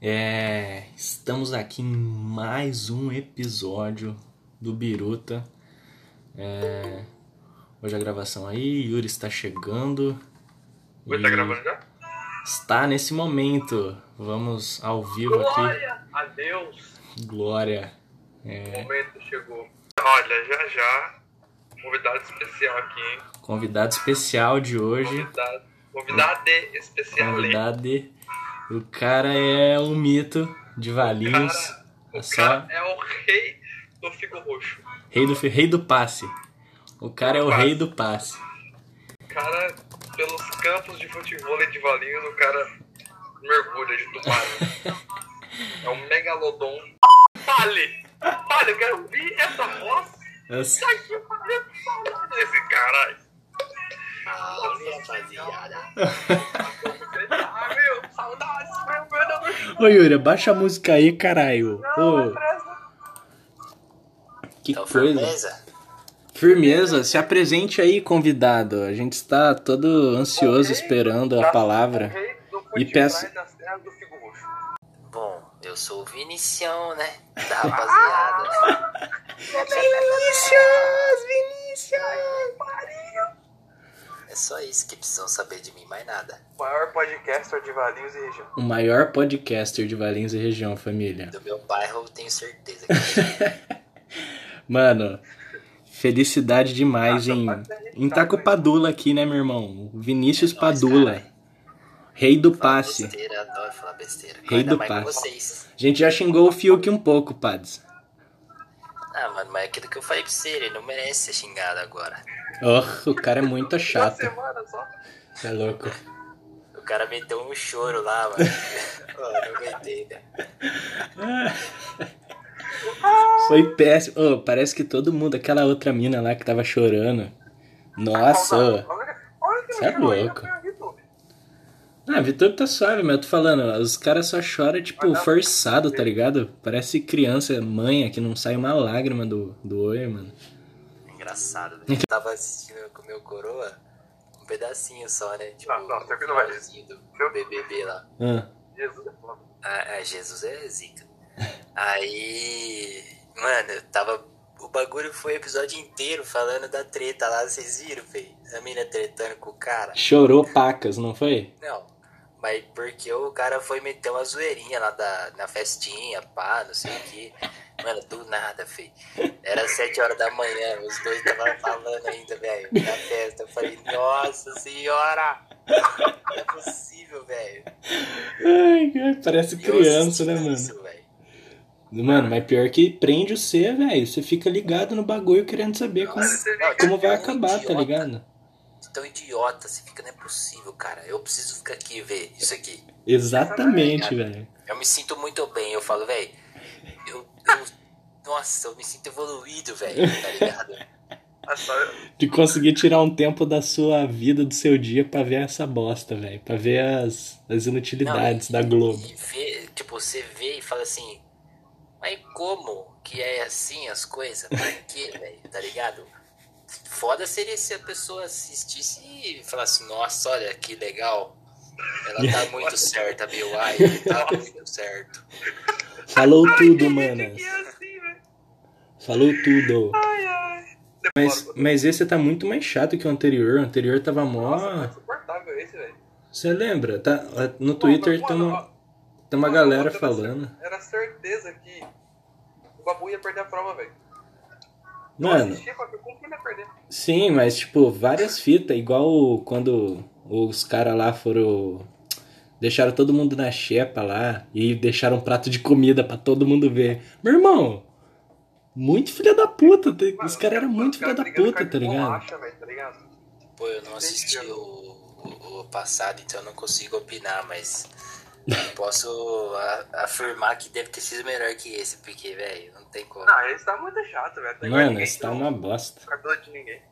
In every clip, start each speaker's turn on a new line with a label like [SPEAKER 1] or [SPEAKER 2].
[SPEAKER 1] É, estamos aqui em mais um episódio do Biruta. É, hoje a gravação aí, Yuri está chegando.
[SPEAKER 2] Oi, tá gravando já?
[SPEAKER 1] Está nesse momento. Vamos ao vivo aqui.
[SPEAKER 2] Glória a Deus,
[SPEAKER 1] Glória. É.
[SPEAKER 2] o momento chegou. Olha, já já, convidado especial aqui, hein?
[SPEAKER 1] Convidado especial de hoje. Hum.
[SPEAKER 2] Convidado, convidado especial. hein?
[SPEAKER 1] Convidado. O cara é um mito de Valinhos.
[SPEAKER 2] Cara,
[SPEAKER 1] É
[SPEAKER 2] O
[SPEAKER 1] só
[SPEAKER 2] cara é o rei do figo roxo.
[SPEAKER 1] rei do, rei do passe. O cara é o
[SPEAKER 2] Passe.
[SPEAKER 1] rei do passe.
[SPEAKER 2] O cara, pelos campos de futebol e de valinhos, o cara mergulha de tubarão. é um megalodon. Fale! Fale, eu quero ouvir essa voz.
[SPEAKER 1] Essa-
[SPEAKER 2] Tá aqui, eu falei, saudade desse caralho.
[SPEAKER 3] Olha, rapaziada.
[SPEAKER 2] Ah, meu, saudades, meu Deus.
[SPEAKER 1] Ô Yuri, baixa a música aí, caralho. Ô, que coisa.
[SPEAKER 3] Então, firmeza?
[SPEAKER 1] Firmeza, se apresente aí, convidado. A gente está todo ansioso
[SPEAKER 2] Ok. Tá.
[SPEAKER 1] esperando a palavra. E
[SPEAKER 2] E
[SPEAKER 1] peço-
[SPEAKER 2] peço. do Figo Roxo.
[SPEAKER 3] Bom, eu sou o Vinicião, né? Da rapaziada.
[SPEAKER 2] tá
[SPEAKER 1] Vinícius, Vinícius!
[SPEAKER 3] é só isso que precisam saber de mim, mais nada.
[SPEAKER 2] Maior podcaster de Valinhos e região.
[SPEAKER 1] O maior podcaster de Valinhos e região, família.
[SPEAKER 3] Do meu bairro eu tenho certeza que
[SPEAKER 1] Mano, felicidade demais em,
[SPEAKER 2] Nossa, tá feliz,
[SPEAKER 1] em
[SPEAKER 2] tá
[SPEAKER 1] tá com o
[SPEAKER 2] feliz.
[SPEAKER 1] Padula aqui, né, meu irmão? O Vinícius
[SPEAKER 3] É nóis,
[SPEAKER 1] Padula,
[SPEAKER 3] caralho.
[SPEAKER 1] rei do
[SPEAKER 3] falar
[SPEAKER 1] passe.
[SPEAKER 3] besteira, adoro falar besteira.
[SPEAKER 1] Rei
[SPEAKER 3] Ainda
[SPEAKER 1] do
[SPEAKER 3] mais com
[SPEAKER 1] passe.
[SPEAKER 3] vocês.
[SPEAKER 1] A gente já xingou o Fiuk um pouco, Pads.
[SPEAKER 3] Ah, mano, mas é aquilo que eu falei pra você, ele não merece ser xingado agora.
[SPEAKER 1] Oh, o cara é muito
[SPEAKER 2] Uma
[SPEAKER 1] chato,
[SPEAKER 2] semana só.
[SPEAKER 1] é louco.
[SPEAKER 3] O cara meteu um choro lá, mano. Ó, não aguentei, né?
[SPEAKER 1] Foi péssimo. Ô, parece que todo mundo, aquela outra mina lá que tava chorando. Nossa, ô.
[SPEAKER 2] Olha- Olha que
[SPEAKER 1] Cê é
[SPEAKER 2] legal, olha
[SPEAKER 1] louco.
[SPEAKER 2] que legal, Vitor.
[SPEAKER 1] Ah, Vitor tá suave, mas eu tô falando, os caras só choram, tipo, forçado, tá ligado? Parece criança, mãe, que não sai uma lágrima do, do olho, mano.
[SPEAKER 3] Engraçado, velho. Eu tava assistindo com o meu coroa, um pedacinho só, né? Tipo,
[SPEAKER 2] Não, não, termina mais.
[SPEAKER 3] finalzinho do BBB lá.
[SPEAKER 1] Ah,
[SPEAKER 2] Jesus é foda.
[SPEAKER 3] Ah, ah, Jesus é zica. Aí, mano, eu tava. O bagulho foi o episódio inteiro falando da treta lá, vocês viram, velho? A mina tretando com o cara.
[SPEAKER 1] chorou pacas, não foi?
[SPEAKER 3] Não, mas porque o cara foi meter uma zoeirinha lá da, na festinha, pá, não sei o que. Mano, do nada, feio. Era sete horas da manhã, os dois estavam falando ainda, velho, na festa. Eu falei, nossa senhora! Não é possível, velho.
[SPEAKER 1] Ai, cara, parece
[SPEAKER 3] E eu
[SPEAKER 1] criança, né,
[SPEAKER 3] assistindo
[SPEAKER 1] mano?
[SPEAKER 3] isso, velho.
[SPEAKER 1] Mano, mas pior que prende o C, velho. Você fica ligado no bagulho querendo saber como,
[SPEAKER 3] Nossa,
[SPEAKER 2] como
[SPEAKER 3] não,
[SPEAKER 1] como vai
[SPEAKER 3] tipo, um
[SPEAKER 1] acabar, tá
[SPEAKER 3] idiota.
[SPEAKER 1] ligado?
[SPEAKER 3] tão idiota, você fica, não é possível, cara. Eu preciso ficar aqui e ver isso aqui.
[SPEAKER 1] Exatamente, velho.
[SPEAKER 3] Eu me sinto muito bem, eu falo, velho. Eu, eu- nossa, eu me sinto evoluído, velho, tá ligado?
[SPEAKER 2] Ah, só-
[SPEAKER 1] De conseguir tirar um tempo da sua vida, do seu dia, pra ver essa bosta, velho. Pra ver as, as inutilidades
[SPEAKER 3] Não,
[SPEAKER 1] da Globo.
[SPEAKER 3] E vê, tipo, você vê e fala assim, mas como que é assim as coisas? Por quê, velho? Tá ligado? Foda seria se a pessoa assistisse e falasse, nossa, olha que legal. Ela tá muito certa, meu. Ai, tá muito certo.
[SPEAKER 1] Falou tudo,
[SPEAKER 2] Tem gente
[SPEAKER 1] manas.
[SPEAKER 2] que é assim, velho.
[SPEAKER 1] Falou tudo.
[SPEAKER 2] Ai, ai.
[SPEAKER 1] Mas, mas esse tá muito mais chato que o anterior. O anterior tava
[SPEAKER 2] Nossa, tá
[SPEAKER 1] mó.
[SPEAKER 2] insuportável esse, velho.
[SPEAKER 1] Você lembra? Tá, ah. no
[SPEAKER 2] Não,
[SPEAKER 1] Twitter
[SPEAKER 2] mas,
[SPEAKER 1] tem
[SPEAKER 2] mano,
[SPEAKER 1] uma,
[SPEAKER 2] ó,
[SPEAKER 1] tem uma
[SPEAKER 2] mano,
[SPEAKER 1] galera
[SPEAKER 2] outra
[SPEAKER 1] falando.
[SPEAKER 2] Era certeza que o Babu ia perder a prova, velho. Eu
[SPEAKER 1] Mano,
[SPEAKER 2] assistia pra ver como que ele ia perder.
[SPEAKER 1] sim, mas tipo, várias fitas, igual o- quando os caras lá foram. Deixaram todo mundo na chepa lá e deixaram um prato de comida pra todo mundo ver. Meu irmão, muito filha da puta. te-
[SPEAKER 2] Mano,
[SPEAKER 1] Os caras eram muito filha
[SPEAKER 2] cara
[SPEAKER 1] da
[SPEAKER 2] brigando
[SPEAKER 1] puta,
[SPEAKER 2] com
[SPEAKER 1] tá
[SPEAKER 2] a
[SPEAKER 1] ligado?
[SPEAKER 2] bolacha, velho, tá ligado?
[SPEAKER 3] Pô, eu não assisti o, o- o passado, então eu não consigo opinar, mas posso a- afirmar que deve ter sido melhor que esse, porque, velho, não tem como.
[SPEAKER 2] Não, esse tá muito chato, velho. Tá igual
[SPEAKER 1] Mano,
[SPEAKER 2] ninguém
[SPEAKER 1] isso tá
[SPEAKER 2] tirou
[SPEAKER 1] uma bosta.
[SPEAKER 2] o Cabelo de ninguém.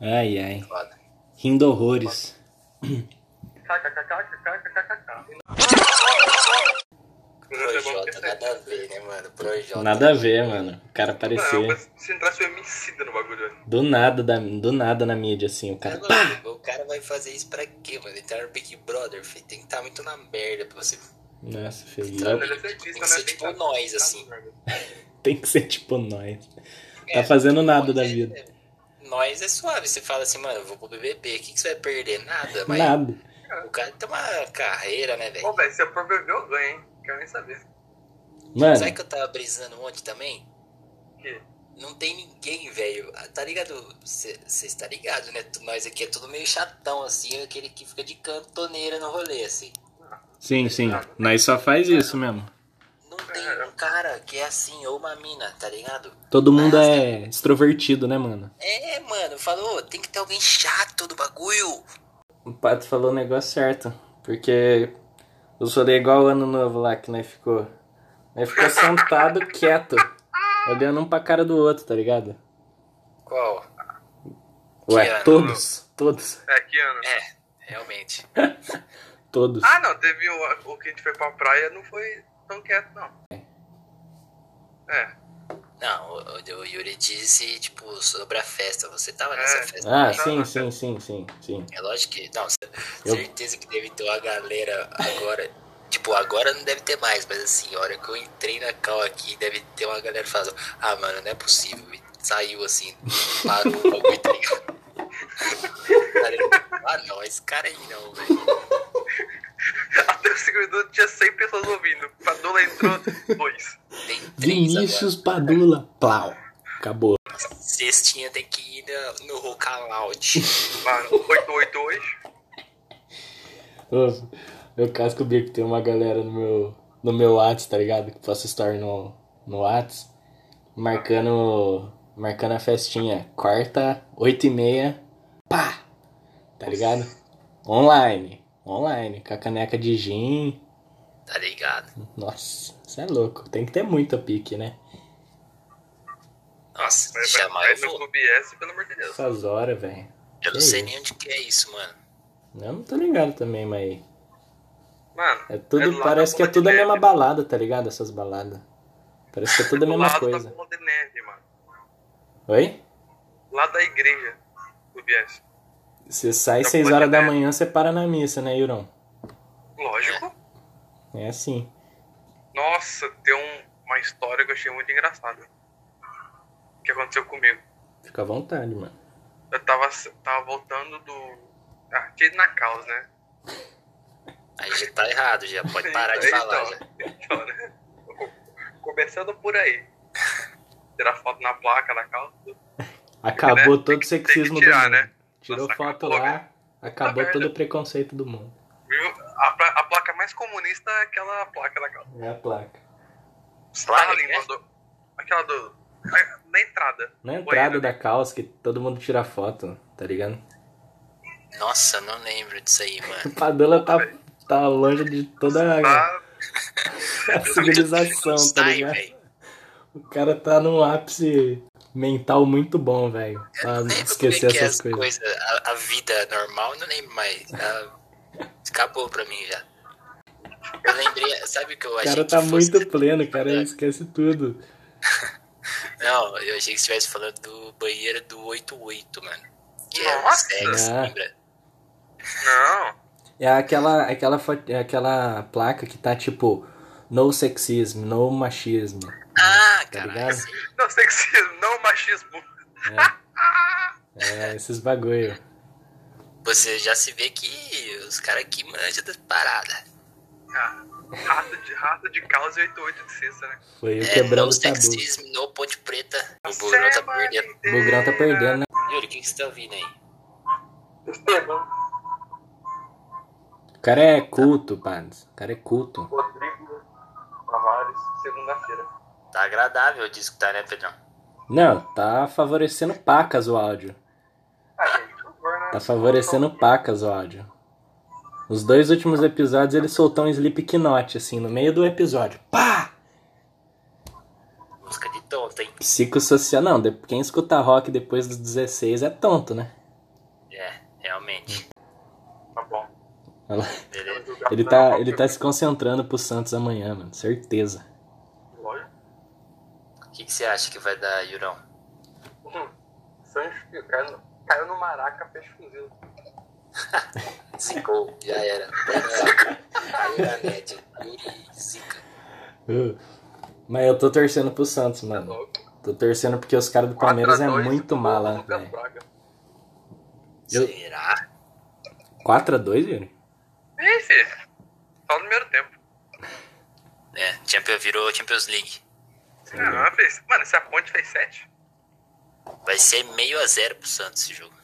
[SPEAKER 1] Ai, ai.
[SPEAKER 3] é Foda.
[SPEAKER 1] Rindo horrores.
[SPEAKER 2] KKKKKKKKK.
[SPEAKER 3] Projota, nada a ver, né, mano? Projota.
[SPEAKER 1] Nada a ver, mano. O cara
[SPEAKER 2] Não,
[SPEAKER 1] aparecer
[SPEAKER 2] mas se entrasse o homicida no bagulho, velho.
[SPEAKER 1] do nada, da, do nada na mídia, assim, o
[SPEAKER 2] É,
[SPEAKER 1] cara.
[SPEAKER 3] Não, tá mano, o cara vai fazer isso pra quê, mano? Entrar no Big Brother, filho, tem que estar muito na tá merda pra você
[SPEAKER 1] Nossa, feio.
[SPEAKER 3] Então,
[SPEAKER 2] Ele é cientista,
[SPEAKER 3] Tem
[SPEAKER 2] né?
[SPEAKER 3] que ser tipo
[SPEAKER 2] Tem que-
[SPEAKER 3] nós, assim.
[SPEAKER 1] Tem que ser tipo nós.
[SPEAKER 3] É,
[SPEAKER 1] Tá fazendo nada
[SPEAKER 3] nós
[SPEAKER 1] da
[SPEAKER 3] é-
[SPEAKER 1] vida.
[SPEAKER 3] Nós é suave, você fala assim, mano, eu vou pro BBB, o que, que você vai perder? Nada, mas
[SPEAKER 1] Nada.
[SPEAKER 3] o cara tem uma carreira, né, velho?
[SPEAKER 2] Ô, velho, se eu for beber, eu ganho, hein? Quero nem saber.
[SPEAKER 1] Mano,
[SPEAKER 3] Sabe que eu tava brisando ontem também?
[SPEAKER 2] Que?
[SPEAKER 3] Não tem ninguém, velho. Ah, Tá ligado? Você está ligado, né? Tu- Nós aqui é tudo meio chatão, assim. Aquele que fica de cantoneira no rolê, assim.
[SPEAKER 1] sim, sim. Nós só faz isso mesmo.
[SPEAKER 3] Não tem um cara que é assim, ou uma mina, tá ligado?
[SPEAKER 1] Todo mundo é extrovertido, né, mano?
[SPEAKER 3] É, mano, falou, tem que ter alguém chato do bagulho.
[SPEAKER 1] O Pato falou o negócio certo. Porque eu falei igual o ano novo lá que nós ficou. Nós ficou sentado quieto. Olhando um pra cara do outro, tá ligado?
[SPEAKER 3] Qual? Que
[SPEAKER 1] Ué,
[SPEAKER 3] ano
[SPEAKER 1] todos. Todos.
[SPEAKER 2] É, que ano?
[SPEAKER 3] É, realmente.
[SPEAKER 1] Todos.
[SPEAKER 2] Ah, não, teve o, o que a gente foi pra praia, não foi tão quieto, não. É.
[SPEAKER 3] Não, o, o Yuri disse, tipo, sobre a festa. Você tava nessa
[SPEAKER 2] É.
[SPEAKER 3] festa.
[SPEAKER 1] Ah, sim,
[SPEAKER 3] também?
[SPEAKER 1] sim, sim, sim, sim.
[SPEAKER 3] É lógico que. Não, c-
[SPEAKER 1] Eu-
[SPEAKER 3] certeza que deve ter uma galera agora. tipo, agora não deve ter mais, mas assim, a hora que eu entrei na cal aqui, deve ter uma galera falando: Ah, mano, não é possível. E saiu assim, parou o bagulho, tá ligado? Tá ligado? Ah, não, esse cara aí não, velho.
[SPEAKER 2] Até o segundo minuto tinha 100 pessoas ouvindo. Padula entrou dois.
[SPEAKER 3] Tem três
[SPEAKER 1] Vinícius Padula. Plau. Acabou.
[SPEAKER 3] agora. Cestinha tem que ir na- no Rocalout.
[SPEAKER 2] Mano, 882.
[SPEAKER 1] Ô, Eu casco o bico, tem uma galera no meu, no meu Whats, tá ligado? Que faço story no, no Whats, marcando, marcando a festinha. Quarta, oito e meia, pá! Tá ligado? Online, online, com a caneca de gin.
[SPEAKER 3] Tá ligado?
[SPEAKER 1] Nossa, isso é louco. Tem que ter muita pique, né?
[SPEAKER 3] Nossa,
[SPEAKER 2] Vai- vai-
[SPEAKER 3] chamar
[SPEAKER 2] vai
[SPEAKER 3] eu
[SPEAKER 2] no
[SPEAKER 3] vou.
[SPEAKER 2] Clube S, pelo amor de Deus.
[SPEAKER 1] Essas horas, velho.
[SPEAKER 3] Eu
[SPEAKER 1] Que
[SPEAKER 3] não sei
[SPEAKER 1] isso?
[SPEAKER 3] nem onde que é isso, mano.
[SPEAKER 1] Eu não tô ligado também, mas...
[SPEAKER 2] Mano,
[SPEAKER 1] É tudo,
[SPEAKER 2] lá
[SPEAKER 1] parece
[SPEAKER 2] na
[SPEAKER 1] que é
[SPEAKER 2] Bola de
[SPEAKER 1] tudo a
[SPEAKER 2] Neve.
[SPEAKER 1] mesma balada, tá ligado? Essas baladas. Parece que é tudo a
[SPEAKER 2] Do
[SPEAKER 1] mesma
[SPEAKER 2] lado
[SPEAKER 1] coisa.
[SPEAKER 2] da Bola de Neve, mano.
[SPEAKER 1] Oi?
[SPEAKER 2] Lá da igreja, Clube S.
[SPEAKER 1] Você sai
[SPEAKER 2] Não
[SPEAKER 1] 6
[SPEAKER 2] pode
[SPEAKER 1] horas da
[SPEAKER 2] ver.
[SPEAKER 1] manhã, você para na missa, né, Yurão?
[SPEAKER 2] Lógico.
[SPEAKER 1] É assim.
[SPEAKER 2] Nossa, tem um- uma história que eu achei muito engraçada. Que aconteceu comigo.
[SPEAKER 1] Fica à vontade, mano.
[SPEAKER 2] É Eu tava, tava voltando do. Ah, tinha ido na caos, né?
[SPEAKER 3] Aí já tá errado, já pode parar de
[SPEAKER 2] Então,
[SPEAKER 3] falar. Já.
[SPEAKER 2] Então, né? Co- Começando por aí. Tirar foto na placa, na calça.
[SPEAKER 1] Acabou
[SPEAKER 2] né?
[SPEAKER 1] todo o
[SPEAKER 2] Tem que- tem que
[SPEAKER 1] sexismo
[SPEAKER 2] tirar,
[SPEAKER 1] do mundo.
[SPEAKER 2] né?
[SPEAKER 1] Tirou
[SPEAKER 2] Nossa,
[SPEAKER 1] foto
[SPEAKER 2] acabou,
[SPEAKER 1] lá,
[SPEAKER 2] né?
[SPEAKER 1] acabou
[SPEAKER 2] merda.
[SPEAKER 1] todo o preconceito do mundo.
[SPEAKER 2] Viu? A, pla- a placa mais comunista é aquela placa da calça.
[SPEAKER 1] É a placa.
[SPEAKER 3] Placa,
[SPEAKER 2] Stalin
[SPEAKER 3] né?
[SPEAKER 2] mandou. Aquela do. a- Na entrada.
[SPEAKER 1] Na
[SPEAKER 2] Foi,
[SPEAKER 1] entrada
[SPEAKER 2] né?
[SPEAKER 1] da calça que todo mundo tira foto, tá ligado?
[SPEAKER 3] Nossa, não lembro disso aí, mano.
[SPEAKER 1] O Padula tá, tá longe de toda a,
[SPEAKER 2] Tá,
[SPEAKER 1] a civilização, tá
[SPEAKER 3] Sai,
[SPEAKER 1] ligado?
[SPEAKER 3] velho.
[SPEAKER 1] O cara tá num ápice mental muito bom, velho. Pra
[SPEAKER 3] Lembra
[SPEAKER 1] esquecer
[SPEAKER 3] como é que é
[SPEAKER 1] essas
[SPEAKER 3] as
[SPEAKER 1] coisas.
[SPEAKER 3] coisas, a, a vida normal, não lembro mais. Ah, acabou pra mim já. Eu lembrei, sabe o que eu
[SPEAKER 1] O
[SPEAKER 3] achei
[SPEAKER 1] cara
[SPEAKER 3] que
[SPEAKER 1] tá
[SPEAKER 3] fosse-
[SPEAKER 1] muito pleno, o cara é esquece tudo.
[SPEAKER 3] Não, eu achei que você estivesse falando do banheiro do 88, mano. Que é
[SPEAKER 2] Nossa!
[SPEAKER 3] sexo,
[SPEAKER 1] Ah.
[SPEAKER 3] lembra?
[SPEAKER 2] não.
[SPEAKER 1] É aquela, aquela, fo- é aquela placa que tá tipo, no sexismo, no machismo.
[SPEAKER 3] Ah,
[SPEAKER 1] Tá
[SPEAKER 3] cara.
[SPEAKER 1] ligado?
[SPEAKER 3] sei.
[SPEAKER 2] Não, sexismo, não machismo.
[SPEAKER 1] É, esses bagulho.
[SPEAKER 3] Você já se vê que os caras aqui manjam das paradas.
[SPEAKER 2] Ah, rato de, rato de calça e 88 de sexta, né?
[SPEAKER 1] Foi o
[SPEAKER 3] É,
[SPEAKER 1] quebrando
[SPEAKER 3] no
[SPEAKER 1] o tabu.
[SPEAKER 3] sexismo, no Ponte Preta. O Bugrão tá
[SPEAKER 2] Semana
[SPEAKER 3] perdendo.
[SPEAKER 1] O Bugrão tá perdendo, né?
[SPEAKER 3] Yuri, o que, que você tá ouvindo aí?
[SPEAKER 2] Esteban,
[SPEAKER 1] O cara é culto, Pads. O cara é culto.
[SPEAKER 2] Rodrigo Tavares, segunda-feira.
[SPEAKER 3] Tá agradável o disco, tá, né, Pedrão?
[SPEAKER 1] Não, tá favorecendo pacas o áudio.
[SPEAKER 2] Ah, gente, por favor, né?
[SPEAKER 1] Tá favorecendo pacas o áudio. Os dois últimos episódios ele soltou um Slipknot, assim, no meio do episódio. Pá!
[SPEAKER 3] Música de tonto, hein?
[SPEAKER 1] Psicossocial. Não, de- quem escuta rock depois dos 16 é tonto, né?
[SPEAKER 3] É, realmente.
[SPEAKER 2] Tá bom.
[SPEAKER 1] Olha lá.
[SPEAKER 3] Beleza.
[SPEAKER 1] Ele tá, ele tá se concentrando pro Santos amanhã, mano. Certeza.
[SPEAKER 2] Lógico.
[SPEAKER 3] O que, que você acha que vai dar, Yurão?
[SPEAKER 2] Hum, Sancho, que caiu no- caiu no maraca, fez fuzil.
[SPEAKER 3] Cinco, já era. Vai ganhar. Aí a net. e zica.
[SPEAKER 2] É.
[SPEAKER 1] Mas eu tô torcendo pro Santos, mano.
[SPEAKER 2] Louco.
[SPEAKER 1] Tô torcendo porque os caras do
[SPEAKER 2] 4 a né?
[SPEAKER 1] Palmeiras é
[SPEAKER 2] 2,
[SPEAKER 1] muito
[SPEAKER 2] gol do
[SPEAKER 1] mala,
[SPEAKER 2] Lucas
[SPEAKER 1] velho.
[SPEAKER 2] Braga.
[SPEAKER 1] Eu-
[SPEAKER 3] Será?
[SPEAKER 1] 4x2, Yuri?
[SPEAKER 2] Ih, filho. Só no primeiro tempo.
[SPEAKER 3] É, Champions, virou Champions League.
[SPEAKER 2] Ah, fez. Mano, se a ponte fez 7,
[SPEAKER 3] Vai ser meio a zero pro Santos esse jogo.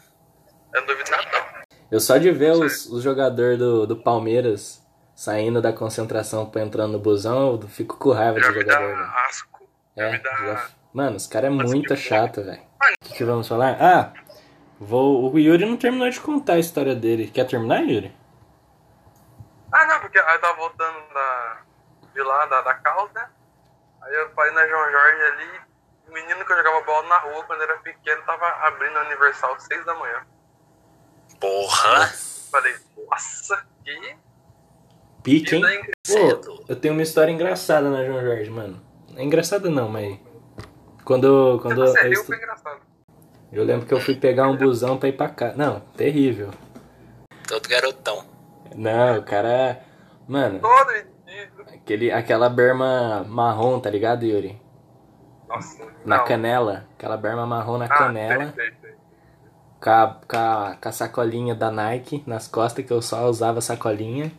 [SPEAKER 2] eu não duvido nada. não.
[SPEAKER 1] Eu só de ver os, os jogadores do, do Palmeiras saindo da concentração pra entrar no busão, eu fico com raiva de
[SPEAKER 2] Já me
[SPEAKER 1] jogador, né? velho.
[SPEAKER 2] dá asco. Já
[SPEAKER 1] É,
[SPEAKER 2] me
[SPEAKER 1] já-
[SPEAKER 2] dá.
[SPEAKER 1] Mano, os caras é
[SPEAKER 2] Nossa,
[SPEAKER 1] muito
[SPEAKER 2] que
[SPEAKER 1] chato, velho. O que, que vamos falar? Ah, vou... o Yuri não terminou de contar a história dele. Quer terminar, Yuri?
[SPEAKER 2] Ah, não, porque aí eu tava voltando da, de lá, da, da Caos, né? Aí eu parei na João Jorge ali. O menino que eu jogava bola na rua quando era pequeno tava abrindo a Universal às 6 da manhã.
[SPEAKER 3] Porra!
[SPEAKER 2] Falei, nossa, que
[SPEAKER 1] Pique,
[SPEAKER 2] que
[SPEAKER 1] hein?
[SPEAKER 2] da incrível.
[SPEAKER 1] Pô, eu tenho uma história engraçada na João Jorge, mano. É engraçada não, mas. Quando, quando eu,
[SPEAKER 2] Você viu,
[SPEAKER 1] estu-
[SPEAKER 2] foi engraçado.
[SPEAKER 1] eu lembro que eu fui pegar um busão pra ir pra cá. Não, terrível.
[SPEAKER 3] Todo garotão.
[SPEAKER 1] Não, o cara. é, Mano,
[SPEAKER 2] Todo idiota.
[SPEAKER 1] aquele, aquela berma marrom, tá ligado, Yuri?
[SPEAKER 2] Nossa,
[SPEAKER 1] Na
[SPEAKER 2] não.
[SPEAKER 1] canela. né? Aquela berma marrom na
[SPEAKER 2] Ah,
[SPEAKER 1] canela.
[SPEAKER 2] sei, sei, sei.
[SPEAKER 1] com a, com a- com a sacolinha da Nike nas costas, que eu só usava sacolinha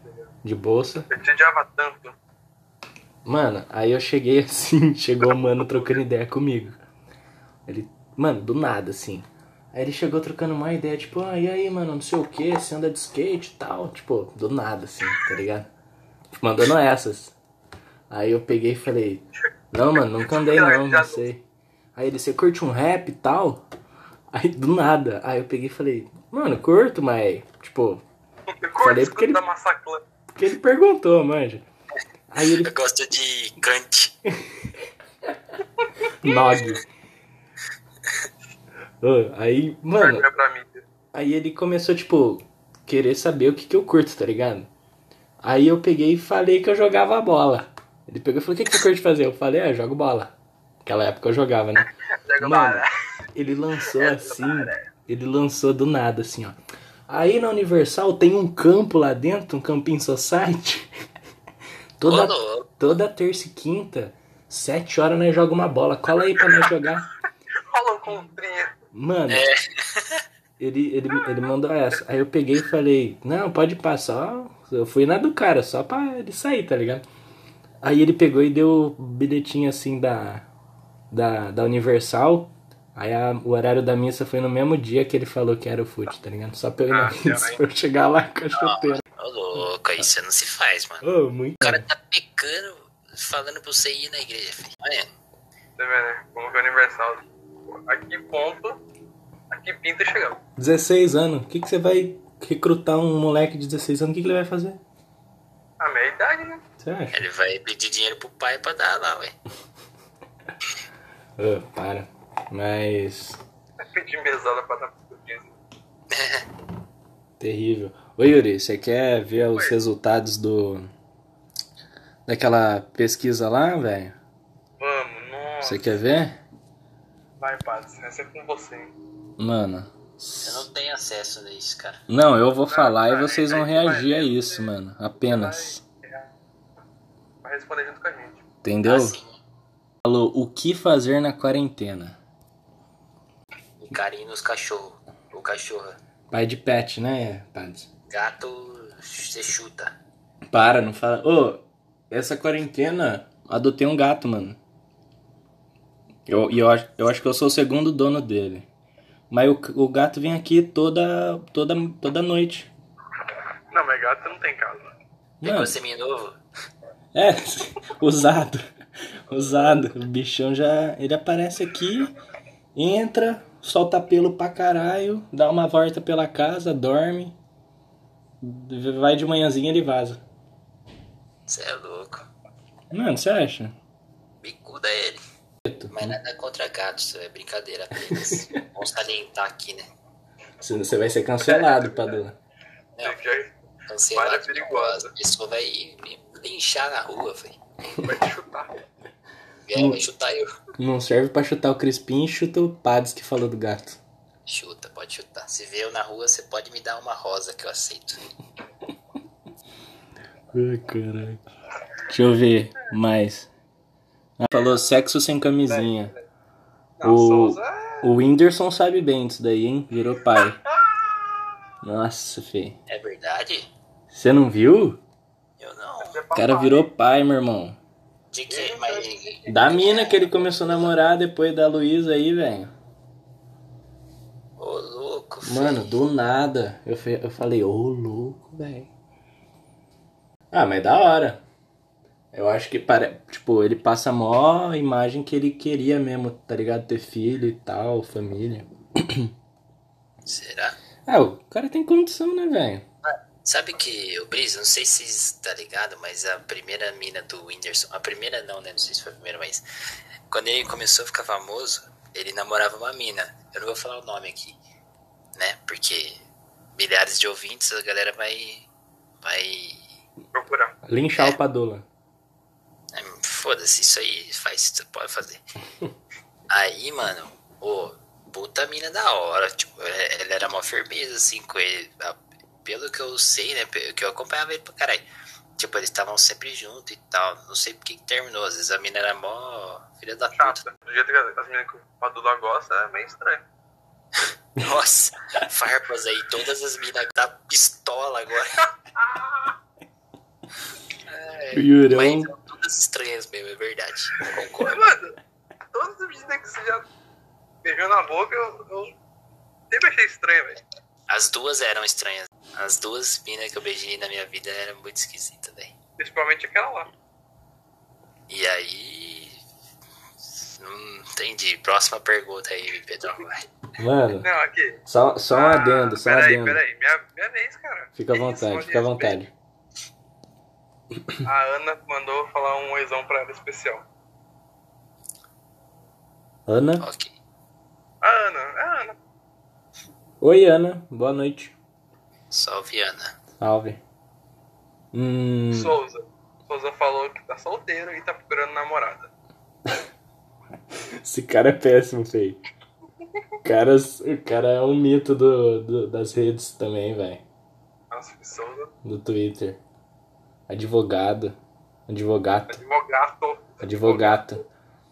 [SPEAKER 1] de bolsa.
[SPEAKER 2] Eu te odiava tanto.
[SPEAKER 1] Mano, aí eu cheguei assim, chegou o mano trocando ideia comigo. Ele, mano, do nada assim. Aí ele chegou trocando uma ideia, tipo, ah, e aí, mano, não sei o que, você anda de skate e tal. Tipo, do nada assim, tá ligado? Tipo, Mandando essas. Aí eu peguei e falei, não, mano, nunca andei não, não sei. Aí ele, você curte um rap e tal? Aí do nada. Aí eu peguei e falei, mano, curto, mas, tipo,
[SPEAKER 2] Eu
[SPEAKER 1] Falei
[SPEAKER 2] curto
[SPEAKER 1] porque ele-
[SPEAKER 2] escutar massaclã.
[SPEAKER 1] porque ele perguntou, manja. Aí ele
[SPEAKER 3] Eu gosto de Kant.
[SPEAKER 1] Nog. Ô, aí, mano,
[SPEAKER 2] Vergonha é pra mim.
[SPEAKER 1] aí ele começou, tipo, querer saber o que, que eu curto, tá ligado? Aí eu peguei e falei que eu jogava bola. Ele pegou e falou, o que, que você curte fazer? Eu falei, ah, eu jogo bola. Naquela época eu jogava, né?
[SPEAKER 2] Joga
[SPEAKER 1] Mano,
[SPEAKER 2] lá.
[SPEAKER 1] ele lançou assim, ele lançou do nada, assim, ó. Aí na Universal tem um campo lá dentro, um campinho society. Toda,
[SPEAKER 3] Ô, louco.
[SPEAKER 1] toda terça e quinta, sete horas, nós joga uma bola. Cola aí pra nós jogar.
[SPEAKER 2] Fala um contrinha.
[SPEAKER 1] Mano, ele, ele, ele mandou essa. Aí eu peguei e falei, não, pode passar. Eu fui na do cara, só pra ele sair, tá ligado? Aí ele pegou e deu o bilhetinho assim da, da, da Universal. Aí a- o horário da missa foi no mesmo dia que ele falou que era o fute, tá ligado? Só pra eu, ir na
[SPEAKER 2] Ah,
[SPEAKER 1] missa, pra eu chegar lá com a chuteira.
[SPEAKER 3] Ô, louco, aí você não se faz, mano.
[SPEAKER 1] Ô, muito.
[SPEAKER 3] O cara tá pecando, falando pra você ir na igreja, filho. Olha,
[SPEAKER 2] Você vê, né? Como que é universal. A que ponto, a que pinta chegamos.
[SPEAKER 1] 16 anos, o que, que você vai recrutar um moleque de 16 anos? O que, que ele vai fazer?
[SPEAKER 2] A meia idade, né?
[SPEAKER 1] Você acha?
[SPEAKER 3] ele vai pedir dinheiro pro pai pra dar lá, ué.
[SPEAKER 1] Ô, para. Mas.
[SPEAKER 2] Pedir mesada pra dar pro Disney.
[SPEAKER 1] Terrível. Oi, Yuri, você quer ver os resultados do. daquela pesquisa lá, velho?
[SPEAKER 2] Vamos, nossa.
[SPEAKER 1] Você quer ver?
[SPEAKER 2] Vai, Paz, essa é com você, hein?
[SPEAKER 1] Mano.
[SPEAKER 3] Eu não tenho acesso a isso, cara.
[SPEAKER 1] Não, eu vou falar e vocês vão reagir a isso, mano. Apenas.
[SPEAKER 2] Vai responder junto com a gente.
[SPEAKER 1] Entendeu?
[SPEAKER 3] Assim,
[SPEAKER 1] Falou o que fazer na quarentena.
[SPEAKER 3] o Um carinho nos cachorros. O cachorro.
[SPEAKER 1] Pai de pet, né, Pads?
[SPEAKER 3] Gato, você chuta.
[SPEAKER 1] Para, não fala. Ô, essa quarentena, adotei um gato, mano. Eu, e eu, acho- eu acho que eu sou o segundo dono dele. Mas o, c- o gato vem aqui toda, toda, toda noite.
[SPEAKER 2] Não, mas gato não tem casa. né?
[SPEAKER 3] Pegou
[SPEAKER 1] Mano,
[SPEAKER 3] É você seminho novo?
[SPEAKER 1] é, usado. Usado. O bichão já. Ele aparece aqui, entra, solta pelo pra caralho, dá uma volta pela casa, dorme. Vai de manhãzinha ele vaza.
[SPEAKER 3] Você é louco.
[SPEAKER 1] Mano, você acha?
[SPEAKER 3] Bicuda ele. Mas nada contra gatos, é brincadeira apenas. Vamos salientar aqui, né?
[SPEAKER 1] Você- Você vai ser cancelado, Padula.
[SPEAKER 2] É,
[SPEAKER 3] Não,
[SPEAKER 2] Vai
[SPEAKER 3] cancelar
[SPEAKER 2] Malha perigosa.
[SPEAKER 3] A pessoa vai me linchar na rua, velho.
[SPEAKER 2] te chutar.
[SPEAKER 1] Hum.
[SPEAKER 3] Ela vai chutar eu.
[SPEAKER 1] Não serve pra chutar o Crispim, chuta o Pads que falou do gato.
[SPEAKER 3] Chuta, pode chutar. Se vê eu na rua, você pode me dar uma rosa que eu aceito.
[SPEAKER 1] Ai, caralho. Deixa eu ver mais. Ah, falou sexo sem camisinha. O, o Whindersson sabe bem disso daí, hein? Virou pai. Nossa, Fê.
[SPEAKER 3] É verdade?
[SPEAKER 1] Você não viu?
[SPEAKER 3] Eu não.
[SPEAKER 1] O cara virou pai, meu irmão.
[SPEAKER 3] De que? Mas.
[SPEAKER 1] Da mina que ele começou a namorar depois da Luísa aí, velho.
[SPEAKER 3] Ô, louco, filho.
[SPEAKER 1] Mano, do nada. Eu, fe- eu falei, ô louco, velho. Ah, mas da hora. Eu acho que, pare... tipo, ele passa a maior imagem que ele queria mesmo, tá ligado? Ter filho e tal, família.
[SPEAKER 3] Será?
[SPEAKER 1] Ah, o cara tem condição, né, velho?
[SPEAKER 3] Sabe que o Brisa, não sei se vocês tá ligado, mas a primeira mina do Whindersson, a primeira não, né? Não sei se foi a primeira, mas quando ele começou a ficar famoso, ele namorava uma mina. Eu não vou falar o nome aqui, né? Porque milhares de ouvintes, a galera vai. Vai.
[SPEAKER 2] Procurar.
[SPEAKER 1] Linchar o Padula.
[SPEAKER 3] Ai, Foda-se, isso aí faz, você pode fazer. Aí, mano, ô, puta mina da hora, tipo, é- ela era uma firmeza, assim, com ele. a- Pelo que eu sei, né, pelo que eu acompanhava ele pra caralho. Tipo, eles estavam sempre juntos e tal, não sei por que que terminou, às vezes a mina era mó filha da puta.
[SPEAKER 2] Chata. Do jeito que as as meninas que o Padula gosta é meio estranho.
[SPEAKER 3] Nossa, farpas aí, todas as minas da pistola agora.
[SPEAKER 2] É,
[SPEAKER 1] O Yurão.
[SPEAKER 3] Mas são todas estranhas mesmo, é verdade, eu concordo.
[SPEAKER 2] Mas, mano, todas as meninas que você já beijou na boca, eu, eu sempre achei estranho, velho.
[SPEAKER 3] As duas eram estranhas. As duas minas que eu beijei na minha vida eram muito esquisitas, velho.
[SPEAKER 2] Principalmente aquela lá.
[SPEAKER 3] E aí. Não entendi. Próxima pergunta aí, Pedro. Vai.
[SPEAKER 1] Mano,
[SPEAKER 2] Não, aqui. Ah,
[SPEAKER 1] só, só um adendo, só um
[SPEAKER 2] peraí, um
[SPEAKER 1] adendo.
[SPEAKER 2] peraí. Minha, minha vez, cara.
[SPEAKER 1] Fica à
[SPEAKER 2] Que isso,
[SPEAKER 1] vontade,
[SPEAKER 2] olha
[SPEAKER 1] fica à
[SPEAKER 2] isso,
[SPEAKER 1] vontade.
[SPEAKER 2] velho. A Ana mandou falar um oizão pra ela especial.
[SPEAKER 1] Ana?
[SPEAKER 3] Ok.
[SPEAKER 2] A Ana, é a Ana.
[SPEAKER 1] Oi, Ana. Boa noite.
[SPEAKER 3] Salve, Ana.
[SPEAKER 1] Salve. Hum,
[SPEAKER 2] Souza. Souza falou que tá solteiro e tá procurando namorada.
[SPEAKER 1] esse cara é péssimo, feio. O cara, o cara é um mito do, do- das redes também, velho.
[SPEAKER 2] Nossa, que Souza,
[SPEAKER 1] Do Twitter. Advogado. Advogato.
[SPEAKER 2] advogado.
[SPEAKER 1] Advogato.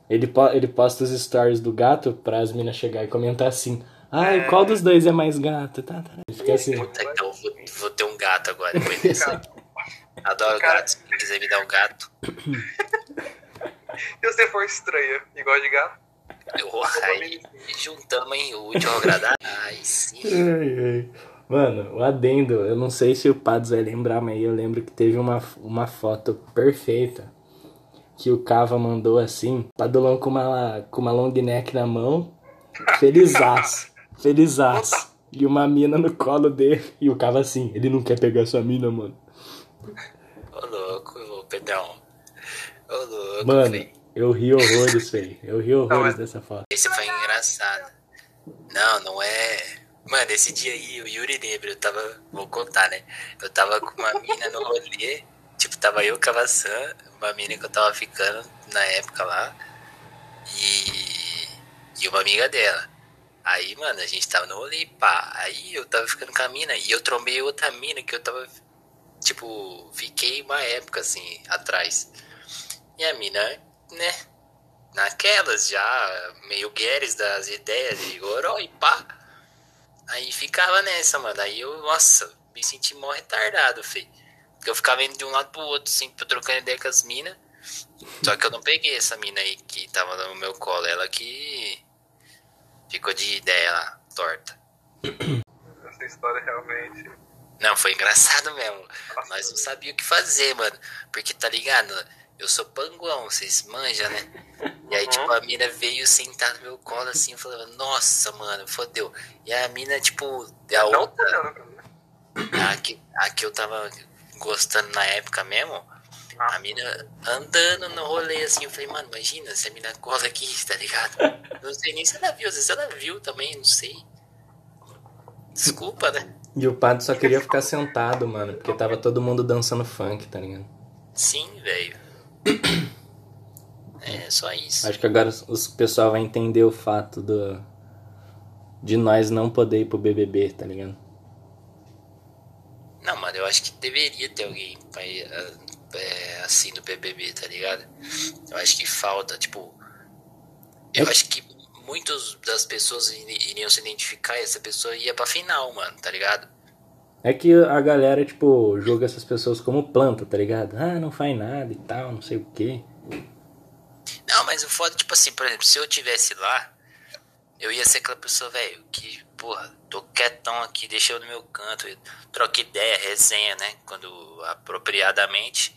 [SPEAKER 1] Ele, po- ele posta os stories do gato pra as minas chegar e comentar assim. Ai, qual dos dois é mais gato? Tá, tá. Ele fica assim.
[SPEAKER 3] Puta, então eu vou, vou ter um gato agora depois dessa. Adoro
[SPEAKER 2] Cara.
[SPEAKER 3] gato. Se quiser me dar um gato,
[SPEAKER 2] Se você for estranha e gosta de gato,
[SPEAKER 3] eu vou aí. Juntamos, hein? O último agradável. Ai, sim.
[SPEAKER 1] Ai, ai. Mano, o adendo, eu não sei se o Pados vai lembrar, mas eu lembro que teve uma, uma foto perfeita que o Cava mandou assim, Padulão com uma, com uma long neck na mão, felizaço, felizaço, e uma mina no colo dele, e o Cava assim, ele não quer pegar sua mina, mano.
[SPEAKER 3] Ô, louco, ô, Pedrão. Ô, louco.
[SPEAKER 1] Mano,
[SPEAKER 3] velho.
[SPEAKER 1] eu ri horrores, velho, eu ri horrores
[SPEAKER 2] mas-
[SPEAKER 1] dessa foto.
[SPEAKER 3] Esse foi engraçado. Não, não é. Mano, esse dia aí, o Yuri lembra, eu tava. Vou contar, né? Eu tava com uma mina no rolê, tipo, tava eu, Cavassan, uma mina que eu tava ficando na época lá, e. e uma amiga dela. Aí, mano, a gente tava no rolê, pá. Aí eu tava ficando com a mina, e eu trombei outra mina que eu tava. Tipo, fiquei uma época assim, atrás. E a mina, né? naquelas já, meio gueres das ideias de goró e pá. Aí ficava nessa, mano. Aí eu, nossa, me senti mó retardado, feio. Porque eu ficava indo de um lado pro outro, sempre trocando ideia com as minas. Só que eu não peguei essa mina aí que tava no meu colo. Ela que ficou de ideia lá, torta.
[SPEAKER 2] essa história realmente.
[SPEAKER 3] Não, foi engraçado mesmo. Nós não sabia o que fazer, mano. Porque, tá ligado? Eu sou panguão, vocês manjam, né? E aí, tipo, a mina veio sentar no meu colo assim, eu falava, nossa, mano, fodeu. E a mina, tipo, a
[SPEAKER 2] Não
[SPEAKER 3] outra,
[SPEAKER 2] tá dando pra mim.
[SPEAKER 3] a que, a que eu tava gostando na época mesmo, a mina andando no rolê assim, eu falei, mano, imagina se a mina cola aqui, tá ligado? Não sei nem se ela viu, às vezes ela viu também, não sei. Desculpa, né?
[SPEAKER 1] E o Pados só queria ficar sentado, mano, porque tava todo mundo dançando funk, tá ligado?
[SPEAKER 3] Sim, velho. É só isso.
[SPEAKER 1] Acho que agora os- os pessoal vai entender o fato do de nós não poder ir pro BBB, tá ligado?
[SPEAKER 3] Não, mano, eu acho que deveria ter alguém pra ir, ah, é, assim no BBB, tá ligado? Eu acho que falta, tipo. Eu acho que muitas das pessoas iri- iriam se identificar e essa pessoa ia pra final, mano, tá ligado?
[SPEAKER 1] É que a galera, tipo, julga essas pessoas como planta, tá ligado? Ah, não faz nada e tal, não sei o quê.
[SPEAKER 3] Não, mas o foda, tipo assim, por exemplo, se eu tivesse lá, eu ia ser aquela pessoa, velho, que, porra, tô quietão aqui, deixa eu no meu canto, eu troca ideia, resenha, né? Quando apropriadamente.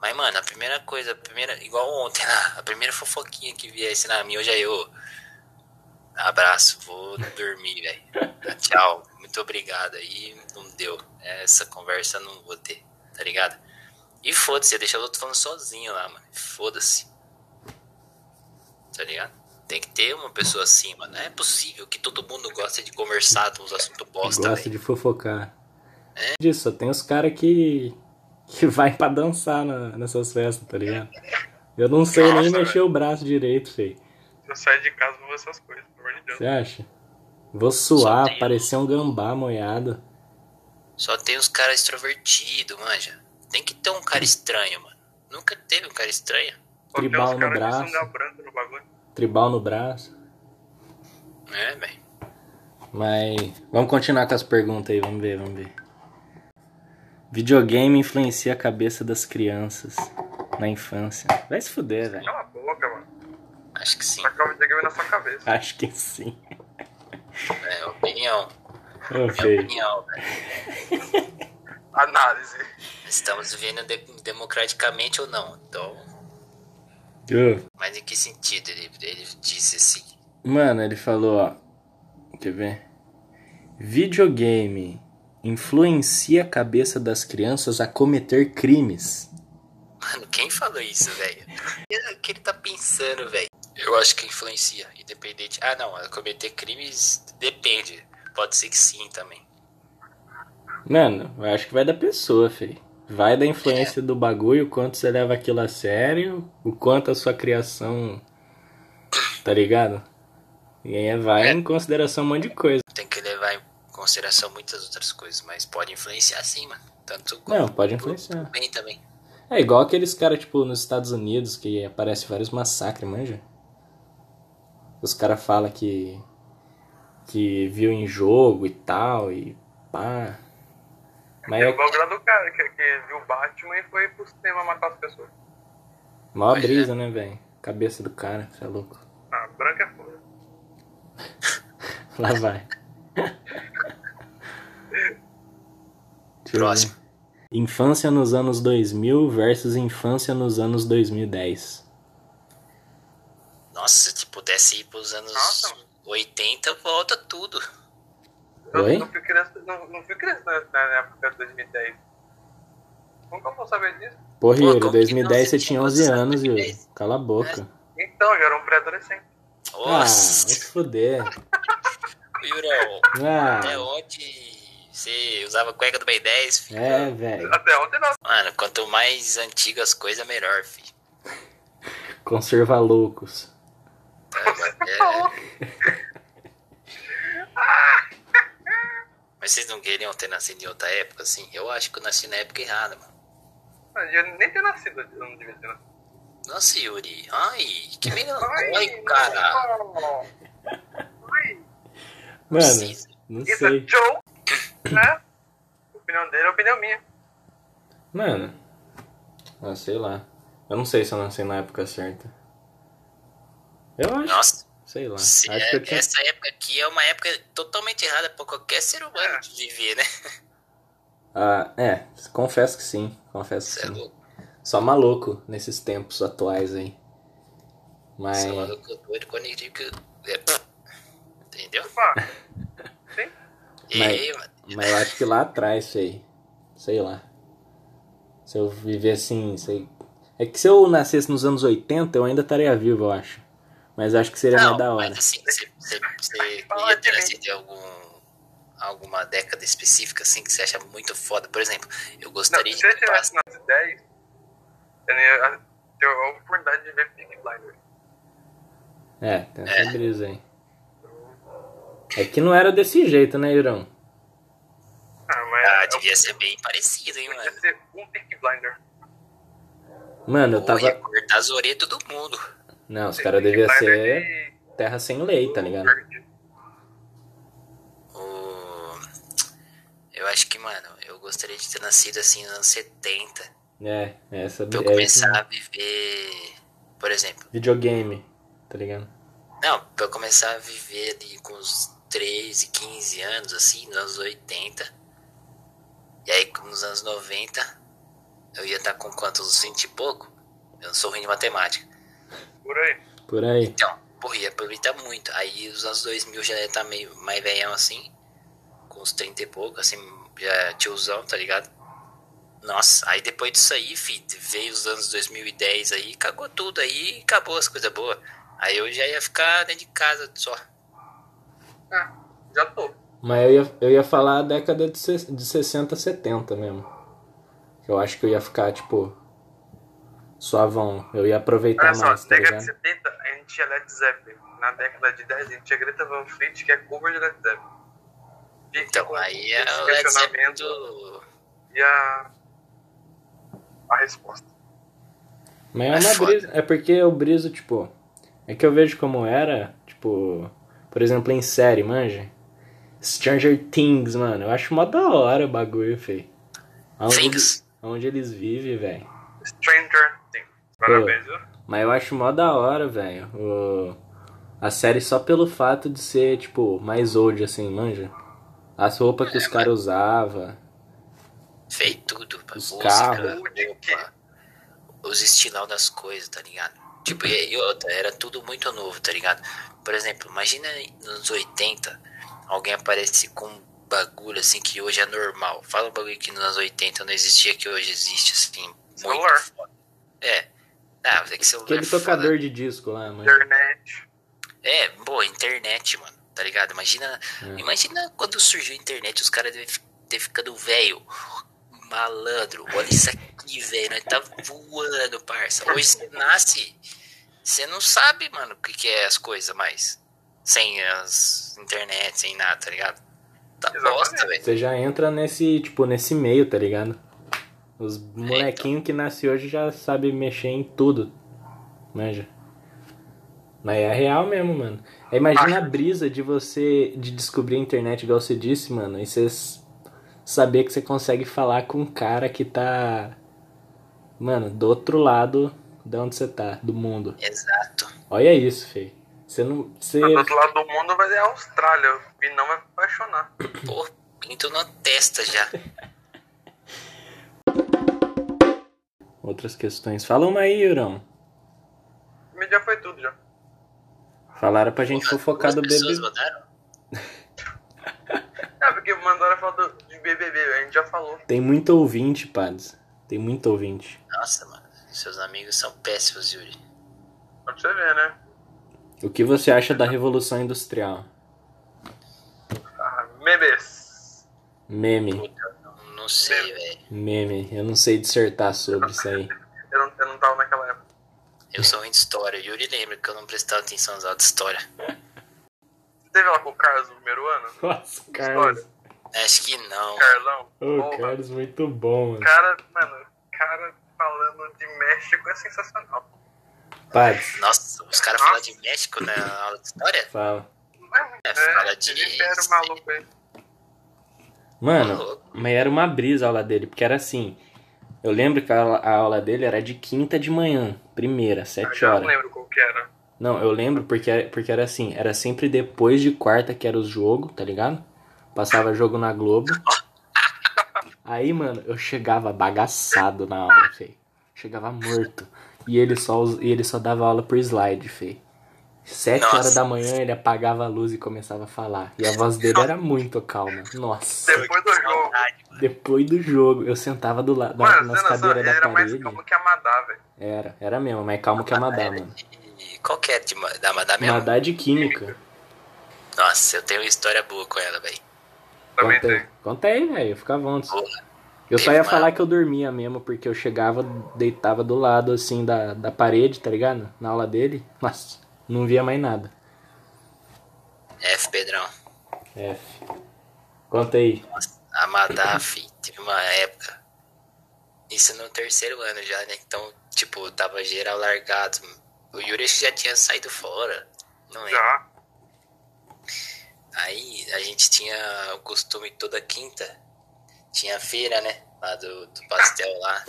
[SPEAKER 3] Mas, mano, a primeira coisa, a primeira, igual ontem lá, a primeira fofoquinha que viesse na minha, hoje aí eu. Abraço, vou dormir, velho. Tá, Tchau, muito obrigado. Aí não deu. Essa conversa eu não vou ter, tá ligado? E foda-se, ia deixar o outro falando sozinho lá, mano. Foda-se tá ligado? Tem que ter uma pessoa assim, mano. Não é possível que todo mundo gosta de conversar de uns assuntos bosta,
[SPEAKER 1] Gosta
[SPEAKER 3] velho. É?
[SPEAKER 1] de fofocar. Disso, só tem os caras que. que vai pra dançar na- nessas festas, tá ligado? Eu não sei nem
[SPEAKER 2] Nossa,
[SPEAKER 1] mexer o braço didireito, feio.
[SPEAKER 2] Eu saio de casa e vou ver essas coisas, pelo amor de Deus.
[SPEAKER 1] Você acha? Vou suar,
[SPEAKER 3] Só tem-
[SPEAKER 1] parecer um gambá moiado.
[SPEAKER 3] Só tem uns caras extrovertidos, manja. Tem que ter um cara estranho, mano. Nunca teve um cara estranho,
[SPEAKER 2] Só tem
[SPEAKER 1] Tribal
[SPEAKER 2] uns
[SPEAKER 1] no
[SPEAKER 2] caras
[SPEAKER 1] braço.
[SPEAKER 2] de sunga branca no bagulho.
[SPEAKER 1] Tribal no braço.
[SPEAKER 3] né, velho?
[SPEAKER 1] Mas. Vamos continuar com as perguntas aí, vamos ver, vamos ver. Videogame influencia a cabeça das crianças na infância. Vai se fuder, velho.
[SPEAKER 2] Cala a boca, mano. Tá
[SPEAKER 3] Acho que sim.
[SPEAKER 2] Tacar o videogame na sua cabeça.
[SPEAKER 1] Acho que sim.
[SPEAKER 3] É, opinião.
[SPEAKER 1] Ô,
[SPEAKER 3] Minha
[SPEAKER 1] feio.
[SPEAKER 3] opinião, velho.
[SPEAKER 2] Análise.
[SPEAKER 3] Estamos vivendo de- democraticamente ou não. Então,
[SPEAKER 1] Ô,
[SPEAKER 3] mas em que sentido ele, ele disse assim?
[SPEAKER 1] Mano, ele falou, ó. Quer ver? Videogame influencia a cabeça das crianças a cometer crimes.
[SPEAKER 3] Mano, quem falou isso, velho? O que ele tá pensando, velho? Eu acho que influencia, independente. Ah, não, cometer crimes depende. Pode ser que sim também.
[SPEAKER 1] Mano, eu acho que vai da pessoa, filho. Vai da influência do bagulho, o quanto você leva aquilo a sério, o quanto a sua criação. Tá ligado? E aí vai
[SPEAKER 3] É.
[SPEAKER 1] em consideração um monte de coisa.
[SPEAKER 3] Tem que levar em consideração muitas outras coisas, mas pode influenciar sim, mano. Tanto
[SPEAKER 1] Não,
[SPEAKER 3] quanto
[SPEAKER 1] pode influenciar.
[SPEAKER 3] bem também.
[SPEAKER 1] É igual aqueles caras, tipo, nos Estados Unidos que aparece vários massacres, manja? Os caras falam que. que viu em jogo e tal, e pá. Mas
[SPEAKER 2] É o
[SPEAKER 1] é
[SPEAKER 2] bagulho lá do cara que, que viu Batman e foi pro cinema matar as pessoas.
[SPEAKER 1] maior
[SPEAKER 3] Pois é.
[SPEAKER 1] brisa, né, velho? Cabeça do cara, você é louco.
[SPEAKER 2] Ah, branca é foda.
[SPEAKER 1] Lá vai. Deixa eu
[SPEAKER 3] Próximo.
[SPEAKER 1] ver. Infância nos anos 2000 versus infância nos anos 2010.
[SPEAKER 3] Nossa, se pudesse ir pros anos
[SPEAKER 2] Nossa, mano.
[SPEAKER 3] 80, volta tudo.
[SPEAKER 2] Eu
[SPEAKER 1] Oi?
[SPEAKER 2] não fui criança, não, não fui criança na, na época de 2010. Como que eu vou saber disso?
[SPEAKER 1] Porra,
[SPEAKER 3] Pô,
[SPEAKER 1] Yuri,
[SPEAKER 3] como que
[SPEAKER 1] 2010 você
[SPEAKER 3] não?
[SPEAKER 1] tinha 11 anos, Yuri. Cala a boca.
[SPEAKER 2] Então, eu já era um pré-adolescente.
[SPEAKER 1] Ah, vai
[SPEAKER 3] Nossa,
[SPEAKER 1] se fuder.
[SPEAKER 3] Yurão, até
[SPEAKER 1] Ah,
[SPEAKER 3] onde você usava cueca do Ben 10, filho?
[SPEAKER 1] é, velho.
[SPEAKER 2] Até ontem não.
[SPEAKER 3] Mano, quanto mais antigas as coisas, melhor, filho.
[SPEAKER 1] Conserva loucos.
[SPEAKER 3] Tá é. ligado? É. Mas vocês não queriam ter nascido em outra época, assim? Eu acho que eu nasci na época errada, mano.
[SPEAKER 2] Eu nem ter nascido, eu não devia ter nascido.
[SPEAKER 3] Nossa, Yuri. Ai, que
[SPEAKER 2] Ai,
[SPEAKER 3] melancólico, cara.
[SPEAKER 2] não. Ai,
[SPEAKER 1] Mano,
[SPEAKER 3] Precisa.
[SPEAKER 1] não
[SPEAKER 2] It's a
[SPEAKER 1] sei.
[SPEAKER 2] é joke, né? Opinião dele é opinião minha.
[SPEAKER 1] Mano, ah, sei lá. Eu não sei se eu nasci na época certa. Eu acho.
[SPEAKER 3] Nossa,
[SPEAKER 1] Sei lá.
[SPEAKER 3] se
[SPEAKER 1] acho
[SPEAKER 3] é-
[SPEAKER 1] que eu tinha.
[SPEAKER 3] essa época aqui é uma época totalmente errada pra qualquer ser
[SPEAKER 2] É.
[SPEAKER 3] humano de viver, né?
[SPEAKER 1] Ah, é, confesso que sim. Confesso
[SPEAKER 3] Você
[SPEAKER 1] que
[SPEAKER 3] é
[SPEAKER 1] sim.
[SPEAKER 3] louco.
[SPEAKER 1] Só maluco nesses tempos atuais aí. Mas.
[SPEAKER 3] Você é maluco doido quando eu digo que. é, pff, Entendeu?
[SPEAKER 2] Pá,
[SPEAKER 3] Errei, mano.
[SPEAKER 1] Mas eu acho que lá atrás, sei. Sei lá. Se eu viver assim, sei. É que se eu nascesse nos anos 80, eu ainda estaria vivo, eu acho. Mas acho que seria mais é da hora.
[SPEAKER 3] Mas assim, você, você, você
[SPEAKER 2] Fala
[SPEAKER 3] ia
[SPEAKER 2] de
[SPEAKER 3] ter assim, de algum, alguma década específica assim que você acha muito foda. Por exemplo, eu
[SPEAKER 2] não,
[SPEAKER 3] gostaria
[SPEAKER 2] se
[SPEAKER 3] de
[SPEAKER 2] eu
[SPEAKER 3] ter
[SPEAKER 2] tivesse
[SPEAKER 3] passado.
[SPEAKER 2] nas 10, eu não ia ter a oportunidade de ver Pink Blinder.
[SPEAKER 1] É, tem essa brisa aí. É que não era desse jeito, né, Irão?
[SPEAKER 2] Ah, é mas
[SPEAKER 3] Ah,
[SPEAKER 2] eu
[SPEAKER 3] devia ser bem parecido, hein,
[SPEAKER 2] podia
[SPEAKER 3] Ah, mano.
[SPEAKER 2] ser um Pink Blinder.
[SPEAKER 1] Mano, eu
[SPEAKER 3] Tava...
[SPEAKER 1] tava.
[SPEAKER 3] ia cortar as orelhas de todo mundo.
[SPEAKER 1] Não, os caras deviam
[SPEAKER 2] Snyder
[SPEAKER 1] ser
[SPEAKER 2] de-
[SPEAKER 1] terra sem lei, tá ligado?
[SPEAKER 3] O- Eu acho que, mano, eu gostaria de ter nascido assim nos anos 70.
[SPEAKER 1] É, essa
[SPEAKER 3] Pra eu
[SPEAKER 1] é isso
[SPEAKER 3] começar
[SPEAKER 1] mesmo.
[SPEAKER 3] a viver. Por exemplo.
[SPEAKER 1] videogame, tá ligado?
[SPEAKER 3] Não, pra eu começar a viver ali com uns 13, 15 anos, assim, nos anos 80. E aí, nos anos 90, eu ia estar com quantos? Uns 20 e pouco? Eu não sou ruim de matemática.
[SPEAKER 2] Por aí.
[SPEAKER 1] Por aí.
[SPEAKER 3] Então, porra, ia aproveitar muito. Aí, os anos 2000 já ia estar meio mais velhão, assim, com uns 30 e pouco, assim, já tiozão, tá ligado? Nossa, aí depois disso aí, fi, veio os anos 2010 aí, cagou tudo aí, acabou as coisas boas. Aí eu já ia ficar dentro de casa só.
[SPEAKER 2] Ah, já tô.
[SPEAKER 1] Mas eu ia, eu ia falar a década de, se- de 60, 70 mesmo. Eu acho que eu ia ficar, tipo. Suavão. Eu ia aproveitar
[SPEAKER 2] Olha só,
[SPEAKER 1] mais, tá
[SPEAKER 2] década
[SPEAKER 1] ligado?
[SPEAKER 2] de 70, a gente tinha Led Zeppelin. Na década de 10, a gente tinha Greta Van Fleet, que é cover de Led Zeppelin. Fica
[SPEAKER 3] Então,
[SPEAKER 2] com
[SPEAKER 3] aí é
[SPEAKER 2] esse
[SPEAKER 3] o Led Zeppelin
[SPEAKER 2] questionamento
[SPEAKER 3] do...
[SPEAKER 2] E a... a resposta.
[SPEAKER 1] Mas
[SPEAKER 3] É
[SPEAKER 1] é uma
[SPEAKER 3] foda.
[SPEAKER 1] brisa. É porque eu briso, tipo. É que eu vejo como era, tipo. Por exemplo, em série, manja. Stranger Things, mano. Eu acho mó da hora o bagulho, fei.
[SPEAKER 3] Things.
[SPEAKER 1] Onde eles vivem, velho.
[SPEAKER 2] Stranger Things. Parabéns, viu?
[SPEAKER 1] Mas eu acho mó da hora, velho. o- A série só pelo fato de ser, tipo, mais old, assim, manja. As roupas
[SPEAKER 3] É,
[SPEAKER 1] que os caras usavam.
[SPEAKER 3] Fez tudo, pá.
[SPEAKER 1] Os
[SPEAKER 3] música,
[SPEAKER 1] carros.
[SPEAKER 3] roupa, os estilão das coisas, tá ligado? Tipo, e e outra, era tudo muito novo, tá ligado? Por exemplo, imagina nos 80, alguém aparece com um bagulho assim que hoje é normal. Fala um bagulho que nos anos 80 não existia, que hoje existe, assim, muito
[SPEAKER 2] Celular.
[SPEAKER 3] foda. É. Ah, mas é que celular é
[SPEAKER 1] Aquele
[SPEAKER 3] foda,
[SPEAKER 1] tocador de disco lá, manja.
[SPEAKER 2] Internet.
[SPEAKER 3] é, boa, internet, mano, tá ligado? Imagina,
[SPEAKER 1] É.
[SPEAKER 3] imagina quando surgiu a internet, os caras devem ter ficado velho, malandro, olha isso aqui, velho, nós tá voando, parça. Hoje você nasce, você não sabe, mano, o que, que é as coisas mais, sem as internet, sem nada, tá ligado? Tá bosta, velho.
[SPEAKER 1] Você já entra nesse, tipo, nesse meio, tá ligado? Os molequinhos que nasce hoje já sabem mexer em tudo. Manja. Mas é real mesmo, mano. Aí Imagina a brisa de você de descobrir a internet, igual você disse, mano, e você s- saber que você consegue falar com um cara que tá. Mano, do outro lado de onde você tá, do mundo.
[SPEAKER 3] Exato.
[SPEAKER 1] Olha isso, feio. Você não. Você.
[SPEAKER 2] Tá Do outro lado do mundo vai ser a Austrália. E não vai me apaixonar.
[SPEAKER 3] Pô, pinto na testa já.
[SPEAKER 1] Outras questões. Fala uma aí, Yurão.
[SPEAKER 2] Mas já foi tudo, já.
[SPEAKER 1] Falaram pra gente fofocar do
[SPEAKER 3] Duas pessoas
[SPEAKER 1] bebê.
[SPEAKER 3] mandaram?
[SPEAKER 2] É, porque mandaram falar do- de BBB, a gente já falou.
[SPEAKER 1] Tem muito ouvinte, Pads. Tem muito ouvinte.
[SPEAKER 3] Nossa, mano, seus amigos são péssimos, Yuri.
[SPEAKER 2] Pra você ver, né?
[SPEAKER 1] O que você acha da Revolução Industrial?
[SPEAKER 2] Ah, bebês.
[SPEAKER 1] Meme.
[SPEAKER 3] Puta, não- não sei, velho.
[SPEAKER 1] Meme. Eu não sei dissertar sobre isso aí.
[SPEAKER 2] Eu não, eu não tava naquela época.
[SPEAKER 3] Eu sou ruim de história. Yuri lembra que eu não prestava atenção nas aulas de história.
[SPEAKER 2] Você teve lá com o Carlos no primeiro ano?
[SPEAKER 1] Nossa,
[SPEAKER 2] Carlos.
[SPEAKER 3] Acho que não.
[SPEAKER 2] Carlão?
[SPEAKER 1] Ô,
[SPEAKER 2] Porra.
[SPEAKER 1] Carlos, muito bom,
[SPEAKER 2] O
[SPEAKER 1] mano.
[SPEAKER 2] cara, mano, o cara falando de México é sensacional.
[SPEAKER 1] Pads,
[SPEAKER 3] Nossa, os caras falam de México na aula de história?
[SPEAKER 1] fala.
[SPEAKER 3] É,
[SPEAKER 2] É,
[SPEAKER 3] fala de.
[SPEAKER 2] libera o maluco aí.
[SPEAKER 1] Mano, mas era uma brisa a aula dele, porque era assim. Eu lembro que a aula- a aula dele era de quinta de manhã, primeira,
[SPEAKER 2] Eu
[SPEAKER 1] sete
[SPEAKER 2] já não
[SPEAKER 1] horas.
[SPEAKER 2] lembro qual que era.
[SPEAKER 1] Não, eu lembro porque, era- porque era assim, era sempre depois de quarta que era os jogos, tá ligado? Passava jogo na Globo. Aí, mano, eu chegava bagaçado na aula, fei. Chegava morto. E ele só, us- e ele só dava aula por slide, fei. Sete
[SPEAKER 3] Nossa.
[SPEAKER 1] horas da manhã ele apagava a luz e começava a falar. E a voz dele era muito calma. Nossa.
[SPEAKER 2] Depois do jogo.
[SPEAKER 3] Saudade.
[SPEAKER 1] Depois do jogo, eu sentava do lado na,
[SPEAKER 2] Mano,
[SPEAKER 1] nas
[SPEAKER 2] você noção,
[SPEAKER 1] cadeiras
[SPEAKER 2] ele
[SPEAKER 1] da
[SPEAKER 2] era mais
[SPEAKER 1] parede.
[SPEAKER 2] calmo que a Madá, velho.
[SPEAKER 1] Era, era mesmo, mas calmo que a Madá, mano.
[SPEAKER 3] E Qual que é de ma- da Madame? mesmo?
[SPEAKER 1] Madá de química.
[SPEAKER 3] Nossa, eu tenho uma história boa com ela, velho.
[SPEAKER 2] Também
[SPEAKER 1] conta, aí.
[SPEAKER 2] tem.
[SPEAKER 1] conta aí, velho. Fica à vontade. Eu só
[SPEAKER 3] Teve
[SPEAKER 1] ia
[SPEAKER 3] uma-
[SPEAKER 1] falar que eu dormia mesmo, porque eu chegava, deitava do lado, assim, da, da parede, tá ligado? Na aula dele. Nossa, não via mais nada.
[SPEAKER 3] É, F, Pedrão.
[SPEAKER 1] F. Conta aí.
[SPEAKER 3] Nossa, a Madá, fi, teve uma época. E Isso no terceiro ano já, né? Então, tipo, tava geral largado. O Yuri acho que já tinha saído fora. Não lembro.
[SPEAKER 2] Já.
[SPEAKER 3] Aí a gente tinha o costume toda quinta. Tinha a feira, né? Lá do, do pastel lá.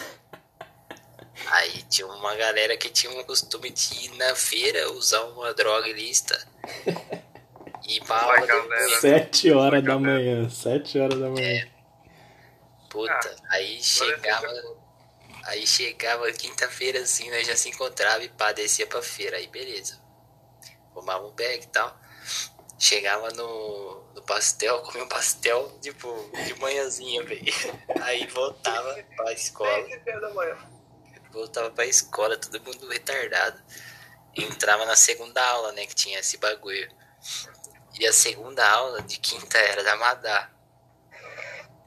[SPEAKER 3] Aí tinha uma galera que tinha um costume de ir na feira usar uma droga ilícita. E ir pra
[SPEAKER 2] Vai,
[SPEAKER 3] aula
[SPEAKER 2] galera.
[SPEAKER 3] depois.
[SPEAKER 1] Sete horas da manhã, sete horas da manhã.
[SPEAKER 3] Puta, aí chegava. Aí chegava quinta-feira assim, né? Já se encontrava e pá, descia pra feira. Aí beleza. Fumava um bag e tal. Chegava no, no pastel, comia um pastel, tipo, de manhãzinha, velho. Aí voltava pra escola.
[SPEAKER 2] Seis e meia da manhã.
[SPEAKER 3] Voltava pra escola, todo mundo retardado. Entrava na segunda aula, né? Que tinha esse bagulho. E a segunda aula de quinta era da Madá.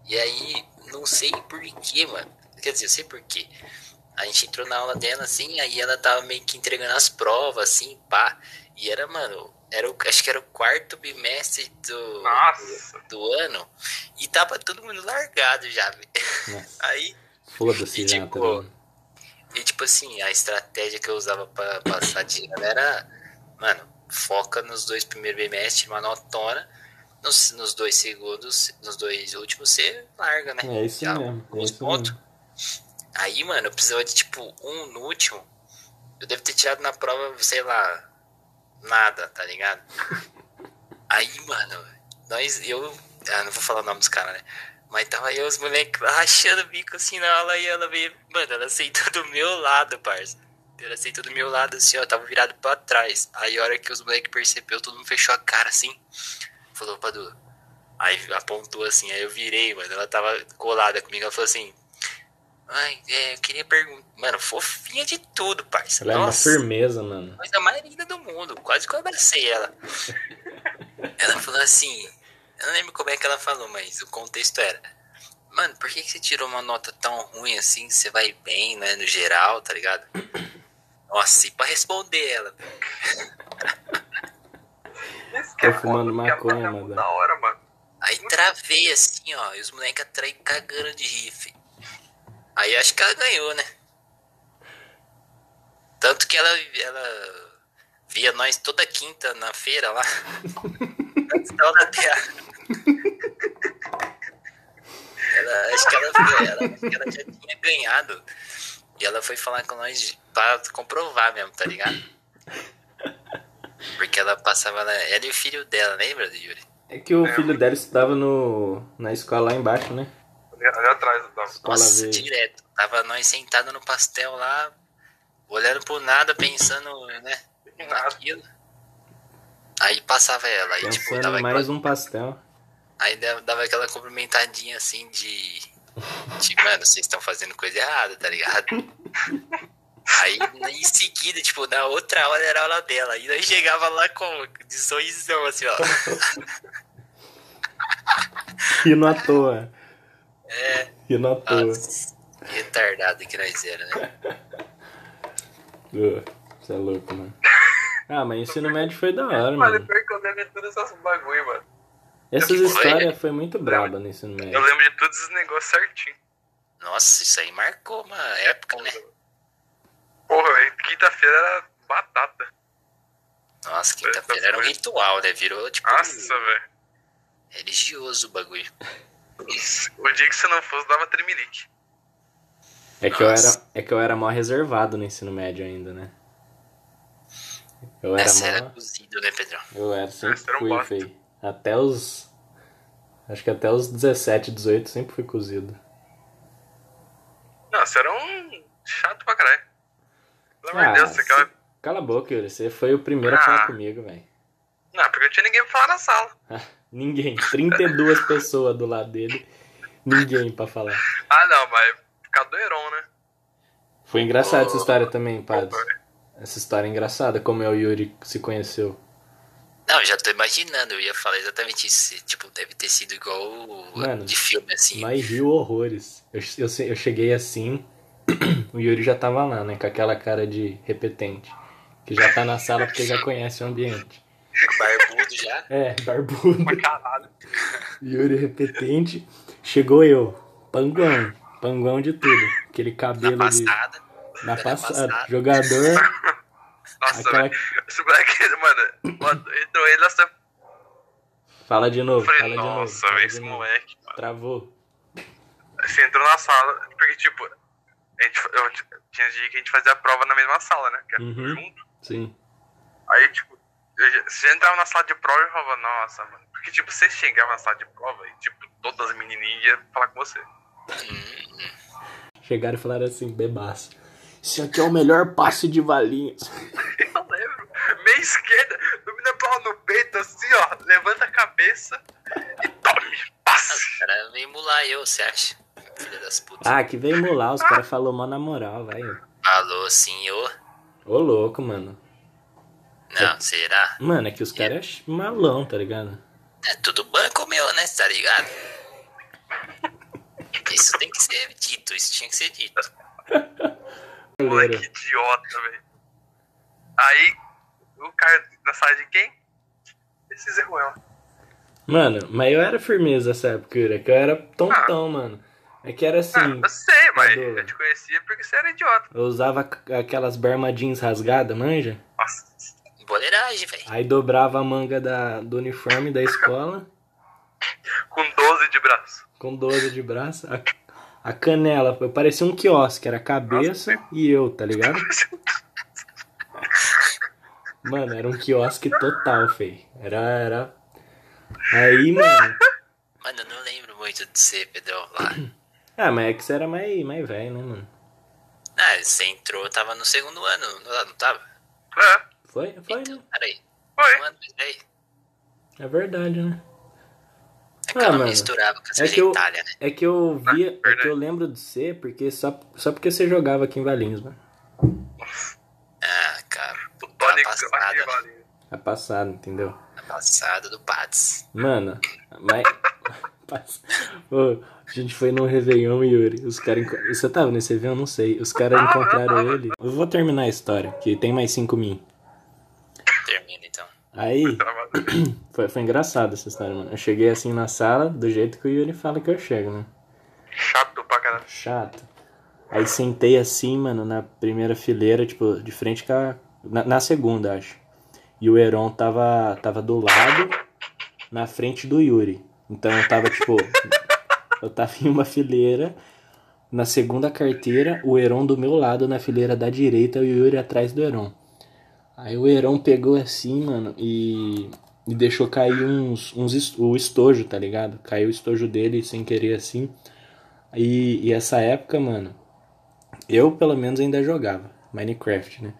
[SPEAKER 3] E aí, não sei porquê, mano. Quer dizer, eu sei porquê. A gente entrou na aula dela, assim, aí ela tava meio que entregando as provas, assim, pá. E era, mano, era o, acho que era o quarto bimestre do,
[SPEAKER 2] Ah. Nossa.
[SPEAKER 3] do ano. E tava todo mundo largado já, velho.
[SPEAKER 1] Nossa,
[SPEAKER 3] Aí
[SPEAKER 1] foda-se
[SPEAKER 3] É. E,
[SPEAKER 1] já, tá
[SPEAKER 3] tipo,
[SPEAKER 1] ligado?
[SPEAKER 3] e tipo assim, a estratégia que eu usava pra passar de ano era, mano, foca nos dois primeiros bimestres, uma notona. Nos, nos dois segundos, nos dois últimos, você larga, né?
[SPEAKER 1] É isso
[SPEAKER 3] Já
[SPEAKER 1] mesmo, é
[SPEAKER 3] os
[SPEAKER 1] isso
[SPEAKER 3] pontos.
[SPEAKER 1] mesmo.
[SPEAKER 3] Aí, mano, eu precisava de tipo um no último. Eu devo ter tirado na prova, sei lá, nada, tá ligado? Aí, mano, nós, eu. Ah, não vou falar o nome dos caras, né? Mas tava eu, os moleques, lá rachando o bico assim na aula e ela veio. Mano, ela sentou do meu lado, parça. Ela sentou do meu lado assim, ó, tava virado pra trás. Aí a hora que os moleques percebeu, todo mundo fechou a cara assim. Falou, Padu. Aí apontou assim, aí eu virei, mano. Ela tava colada comigo, ela falou assim. Ai, é, eu queria perguntar. Mano, fofinha de tudo, parça.
[SPEAKER 1] Ela é uma
[SPEAKER 3] Nossa.
[SPEAKER 1] firmeza, mano.
[SPEAKER 3] Coisa mais linda do mundo. Quase que eu abracei ela. Ela falou assim. Eu não lembro como é que ela falou, mas o contexto era. Mano, por que, que você tirou uma nota tão ruim assim? Você vai bem, né? No geral, tá ligado? Nossa, e pra responder ela.
[SPEAKER 2] Isso que é
[SPEAKER 1] Tô fumando
[SPEAKER 2] foda, porque
[SPEAKER 1] maconha,
[SPEAKER 2] ela tá
[SPEAKER 1] mano.
[SPEAKER 2] Da hora, mano.
[SPEAKER 3] Aí travei assim, ó. E os moleques atrás cagando de riff. Aí acho que ela ganhou, né? Tanto que ela, ela via nós toda quinta na feira lá. Antes da aula dela. Ela, acho, que ela, ela, acho que ela já tinha ganhado. E ela foi falar com nós pra comprovar mesmo, tá ligado? Porque ela passava na. Ela e o filho dela, lembra, Yuri?
[SPEAKER 1] É que o filho dela estudava no, na escola lá embaixo, né?
[SPEAKER 2] Ali, ali atrás então. do
[SPEAKER 1] Escola
[SPEAKER 3] Nossa,
[SPEAKER 1] verde.
[SPEAKER 3] direto. Tava nós sentados no pastel lá, olhando pro nada, pensando, né, naquilo. Aí passava ela, aí tipo,
[SPEAKER 1] Pensando
[SPEAKER 3] dava,
[SPEAKER 1] em
[SPEAKER 3] aquela,
[SPEAKER 1] mais um pastel.
[SPEAKER 3] aí dava dava aquela cumprimentadinha assim de. de mano, vocês estão fazendo coisa errada, tá ligado? Aí em seguida, tipo, na outra hora era a aula dela. E nós chegava lá com de sorrisão, assim, ó.
[SPEAKER 1] Rindo à toa.
[SPEAKER 3] É,
[SPEAKER 1] Rindo à toa.
[SPEAKER 3] nossa, retardado que nós era, né?
[SPEAKER 1] Você é louco, mano. Ah, mas ensino médio foi da hora,
[SPEAKER 2] Mano,
[SPEAKER 1] mano.
[SPEAKER 2] pior que eu lembro todas essas bagulho, mano.
[SPEAKER 1] Essas
[SPEAKER 3] Foi.
[SPEAKER 2] né?
[SPEAKER 1] histórias foi muito braba no ensino
[SPEAKER 2] Eu
[SPEAKER 1] médio.
[SPEAKER 2] lembro de todos esses negócios certinho.
[SPEAKER 3] Nossa, isso aí marcou uma época, né?
[SPEAKER 2] Porra, velho, quinta-feira era batata.
[SPEAKER 3] Nossa, quinta-feira era um ritual, né? Virou, tipo,
[SPEAKER 2] Nossa, velho.
[SPEAKER 3] religioso o bagulho.
[SPEAKER 2] O dia que você não fosse, dava tremelique.
[SPEAKER 1] É que eu era,
[SPEAKER 3] Nossa.
[SPEAKER 1] é que eu era mó reservado no ensino médio ainda, né? Eu
[SPEAKER 2] É
[SPEAKER 1] era
[SPEAKER 3] Essa era
[SPEAKER 1] mó.
[SPEAKER 3] cozido, né, Pedrão?
[SPEAKER 1] Eu era, sempre
[SPEAKER 2] Essa era um
[SPEAKER 1] fui,
[SPEAKER 2] bosta.
[SPEAKER 1] feio. Até os. Acho que até os 17, 18 sempre fui cozido.
[SPEAKER 2] Não, você era um chato pra caralho. Pelo amor de Deus, você
[SPEAKER 1] se-
[SPEAKER 2] quer.
[SPEAKER 1] Ah, Cala a boca, Yuri. Você foi o primeiro a falar
[SPEAKER 2] Ah.
[SPEAKER 1] comigo, velho.
[SPEAKER 2] Não, porque não tinha ninguém pra falar na sala.
[SPEAKER 1] Ninguém. 32 pessoas do lado dele. Ninguém pra falar.
[SPEAKER 2] Ah, não, mas cadeirão, né?
[SPEAKER 1] Foi engraçada essa história também, Pados. Essa história é engraçada, como eu e o Yuri se conheceu.
[SPEAKER 3] Não, eu já tô imaginando, eu ia falar exatamente isso. Tipo, deve ter sido igual o-
[SPEAKER 1] Mano,
[SPEAKER 3] de filme, assim.
[SPEAKER 1] Nós riu horrores. Eu, eu, eu cheguei assim, o Yuri já tava lá, né? Com aquela cara de repetente. Que já tá na sala porque já conhece o ambiente.
[SPEAKER 3] Barbudo já.
[SPEAKER 1] É, barbudo.
[SPEAKER 2] Pra caralho.
[SPEAKER 1] Yuri repetente. Chegou eu, panguão. Pangão de tudo. Aquele cabelo
[SPEAKER 3] na
[SPEAKER 1] de.
[SPEAKER 3] passada.
[SPEAKER 1] Na
[SPEAKER 3] Era
[SPEAKER 1] passada.
[SPEAKER 3] passada.
[SPEAKER 1] Jogador.
[SPEAKER 2] Nossa,
[SPEAKER 1] Aquela-
[SPEAKER 2] velho. Esse moleque, mano, mano, entrou ele nessa. Eu
[SPEAKER 1] Fala de novo.
[SPEAKER 2] falei,
[SPEAKER 1] fala de novo.
[SPEAKER 2] nossa,
[SPEAKER 1] fala
[SPEAKER 2] velho,
[SPEAKER 1] de
[SPEAKER 2] esse
[SPEAKER 1] novo.
[SPEAKER 2] moleque.
[SPEAKER 1] Travou.
[SPEAKER 2] Você entrou na sala, porque, tipo, a gente, eu t- tinha dia que a gente fazia a prova na mesma sala, né? Que era tudo
[SPEAKER 1] Uhum.
[SPEAKER 2] junto.
[SPEAKER 1] Sim.
[SPEAKER 2] Aí, tipo, eu já- você já entrava na sala de prova e falava, nossa, mano. Porque, tipo, você chegava na sala de prova e, tipo, todas as menininhas iam falar com você.
[SPEAKER 1] Chegaram e falaram assim, bebaço. Esse aqui é o melhor passe de valinhas.
[SPEAKER 2] Eu lembro. Meia esquerda, domina a bola no peito, assim, ó. Levanta a cabeça e tome,
[SPEAKER 3] O
[SPEAKER 2] passe.
[SPEAKER 3] cara vem mular eu, você acha? Filha das putas.
[SPEAKER 1] Ah, que veio mular, os caras falaram mó na moral, velho.
[SPEAKER 3] Alô, senhor?
[SPEAKER 1] Ô louco, mano.
[SPEAKER 3] Não, será?
[SPEAKER 1] Mano, é que os caras é malão, tá ligado?
[SPEAKER 3] É tudo banco meu, né? Tá ligado? Isso tem que ser dito, isso tinha que ser dito.
[SPEAKER 2] Moleque
[SPEAKER 1] Goleiro.
[SPEAKER 2] idiota, velho. Aí, o cara na sala de quem? Esse Zé Ruel.
[SPEAKER 1] Mano, mas eu era firmeza nessa época, era que eu era tontão, mano. É que era
[SPEAKER 2] Ah,
[SPEAKER 1] assim,
[SPEAKER 2] eu sei, mas
[SPEAKER 1] Maduro.
[SPEAKER 2] eu te conhecia porque você era idiota.
[SPEAKER 1] eu usava c- aquelas berma jeans rasgadas, manja?
[SPEAKER 2] Nossa,
[SPEAKER 3] Boleiragem, velho.
[SPEAKER 1] Aí dobrava a manga da, do uniforme da escola,
[SPEAKER 2] com 12 de braço.
[SPEAKER 1] com 12 de braço. A, a canela, eu parecia um quiosque, era a cabeça e eu, tá ligado? Mano, era um quiosque total, fei. Era, era... Aí, mano...
[SPEAKER 3] Mano, eu não lembro muito de você, Pedrão, lá.
[SPEAKER 1] Ah, mas é que você era mais, mais velho, né, mano?
[SPEAKER 3] Ah, você entrou, eu tava no segundo ano, não, não tava?
[SPEAKER 2] É,
[SPEAKER 1] Foi, foi, né?
[SPEAKER 3] Então, peraí. Um
[SPEAKER 2] foi.
[SPEAKER 3] ano, peraí.
[SPEAKER 1] É verdade, né?
[SPEAKER 3] É que
[SPEAKER 1] Ah,
[SPEAKER 3] eu não
[SPEAKER 1] mano,
[SPEAKER 3] misturava com as
[SPEAKER 1] é que eu-
[SPEAKER 3] milhentárias, né?
[SPEAKER 1] É que eu via, é que
[SPEAKER 2] verdade.
[SPEAKER 1] eu lembro de você porque só, só porque você jogava aqui em Valinhos, mano.
[SPEAKER 3] Ah, cara.
[SPEAKER 2] O Tony
[SPEAKER 3] a passada, né?
[SPEAKER 2] Arquivalinho.
[SPEAKER 1] A passada, É entendeu?
[SPEAKER 3] A passada do Pats.
[SPEAKER 1] Mano, mas. Pass- Ô, a gente foi num Réveillon, Yuri. Os caras. enco- Você tava nesse Réveillon? Não sei. Os caras encontraram ele. Eu vou terminar a história, que tem mais cinco mil.
[SPEAKER 3] Termina, então.
[SPEAKER 1] Aí,
[SPEAKER 2] Travado.
[SPEAKER 1] foi, foi engraçado essa história, mano. Eu cheguei assim na sala, do jeito que o Yuri fala que eu chego, né?
[SPEAKER 2] Chato pra caralho.
[SPEAKER 1] Chato. Aí sentei assim, mano, na primeira fileira, tipo, de frente com a. Na, na segunda, acho. E o Heron tava, tava do lado, na frente do Yuri. Então eu tava, tipo. eu tava em uma fileira, na segunda carteira, o Heron do meu lado, na fileira da direita, e o Yuri atrás do Heron. Aí o Heron pegou assim, mano, e. E deixou cair uns, uns es- o estojo, tá ligado? Caiu o estojo dele sem querer assim. E, e essa época, mano, eu pelo menos ainda jogava Minecraft, né?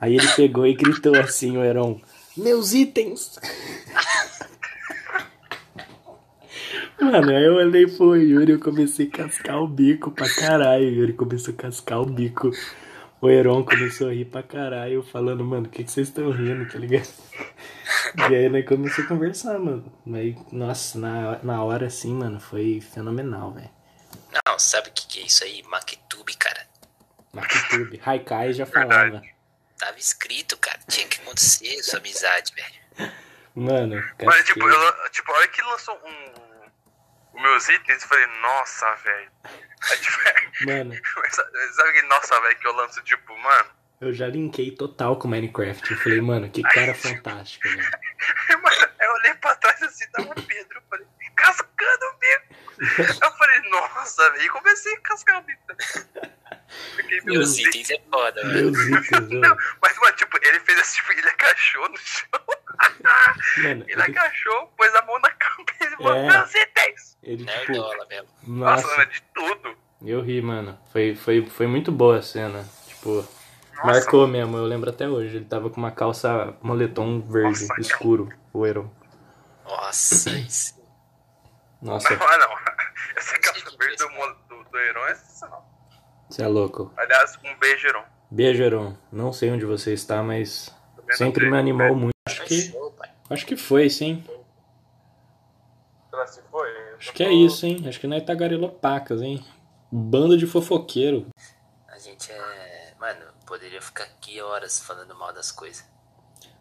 [SPEAKER 1] Aí ele pegou e gritou assim, o Heron, meus itens! Mano, aí eu olhei pro Yuri e comecei a cascar o bico pra caralho. O Yuri começou a cascar o bico. O Heron começou a rir pra caralho, falando, mano, o que, que vocês estão rindo, tá ligado? E aí nós começamos a conversar, mano. Aí, nossa, na, na hora assim, mano, foi fenomenal, velho.
[SPEAKER 3] Não, sabe o que, que é isso aí? Mactube, cara.
[SPEAKER 1] MacTube. Haikai já falava.
[SPEAKER 3] Tava escrito, cara. Tinha que acontecer essa amizade, velho.
[SPEAKER 1] Mano,
[SPEAKER 2] Mas, tipo,
[SPEAKER 1] casquei.
[SPEAKER 2] eu, tipo, a hora que lançou um. Os meus itens, eu falei, nossa, velho. Aí, tipo,
[SPEAKER 1] Mano,
[SPEAKER 2] sabe que nossa, velho, que eu lanço, tipo, mano.
[SPEAKER 1] eu já linkei total com Minecraft. Eu falei, mano, que cara fantástico, velho.
[SPEAKER 2] Mano, eu olhei pra trás assim, tava o Pedro. Eu falei, cascando o bico. Eu falei, nossa, velho. E comecei a cascar o bico. Fiquei meio
[SPEAKER 3] Meus itens é foda, velho.
[SPEAKER 1] Meus itens,
[SPEAKER 2] Não,
[SPEAKER 1] mano.
[SPEAKER 2] mas, mano, tipo, ele fez assim, tipo, ele agachou no chão.
[SPEAKER 1] Mano,
[SPEAKER 2] Ele
[SPEAKER 1] ele,
[SPEAKER 2] agachou, pôs a mão na cabeça e falou,
[SPEAKER 1] É.
[SPEAKER 2] meus itens.
[SPEAKER 1] ele, tipo,
[SPEAKER 3] Nerdola mesmo.
[SPEAKER 2] Nossa,
[SPEAKER 1] nossa,
[SPEAKER 2] mano, de tudo.
[SPEAKER 1] eu ri, mano. Foi, foi, foi muito boa a cena. Tipo,
[SPEAKER 2] Nossa.
[SPEAKER 1] marcou mesmo, eu lembro até hoje. Ele tava com uma calça moletom verde,
[SPEAKER 2] Nossa, cara.
[SPEAKER 1] escuro, poeiro.
[SPEAKER 3] Nossa, isso.
[SPEAKER 1] Nossa,
[SPEAKER 2] Ah, não. Essa calça verde do, mo- do, do Heron é sensacional.
[SPEAKER 1] você é louco.
[SPEAKER 2] Aliás, um beijo, Heron.
[SPEAKER 1] Beijo, Heron. Não sei onde você está, mas
[SPEAKER 2] não
[SPEAKER 1] sempre
[SPEAKER 2] sei.
[SPEAKER 1] me animou muito. Acho que,
[SPEAKER 3] é Show, pai.
[SPEAKER 1] acho que foi, sim.
[SPEAKER 2] Ela se foi.
[SPEAKER 1] Acho que é isso, hein? Acho que nós tagarelou pacas, hein? Bando de fofoqueiro.
[SPEAKER 3] A gente é. Mano, poderia ficar aqui horas falando mal das coisas.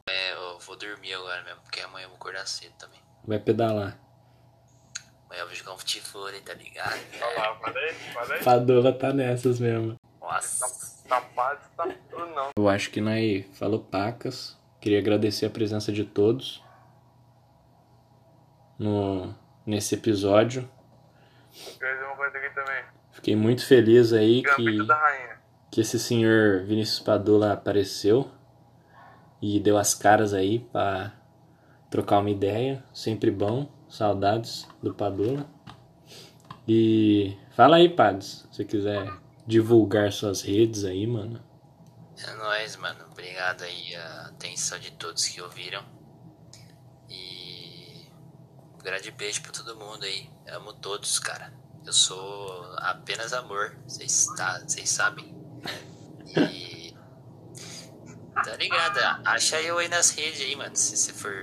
[SPEAKER 3] É, eu vou dormir agora mesmo, porque amanhã eu vou acordar cedo também.
[SPEAKER 1] Vai pedalar.
[SPEAKER 3] Amanhã eu vou jogar um futebol, tá ligado?
[SPEAKER 2] Olha lá, falei, falei. Tá,
[SPEAKER 1] Padula tá nessas mesmo.
[SPEAKER 3] Nossa.
[SPEAKER 2] Tapado, tapado tá não.
[SPEAKER 1] Eu acho que nós falou pacas. Queria agradecer a presença de todos no nesse episódio.
[SPEAKER 2] Quer dizer uma coisa aqui também.
[SPEAKER 1] Fiquei muito feliz aí que,
[SPEAKER 2] Gambito da rainha.
[SPEAKER 1] que esse senhor Vinícius Padula apareceu e deu as caras aí pra trocar uma ideia. Sempre bom. Saudades do Padula. E fala aí, Pads, se você quiser divulgar suas redes aí, mano.
[SPEAKER 3] É nóis, mano. Obrigado aí a atenção de todos que ouviram. E um grande beijo pra todo mundo aí. Amo todos, cara. Eu sou apenas amor. Vocês tá, vocês sabem. E tá ligado? Acha eu aí nas redes aí, mano. Se você for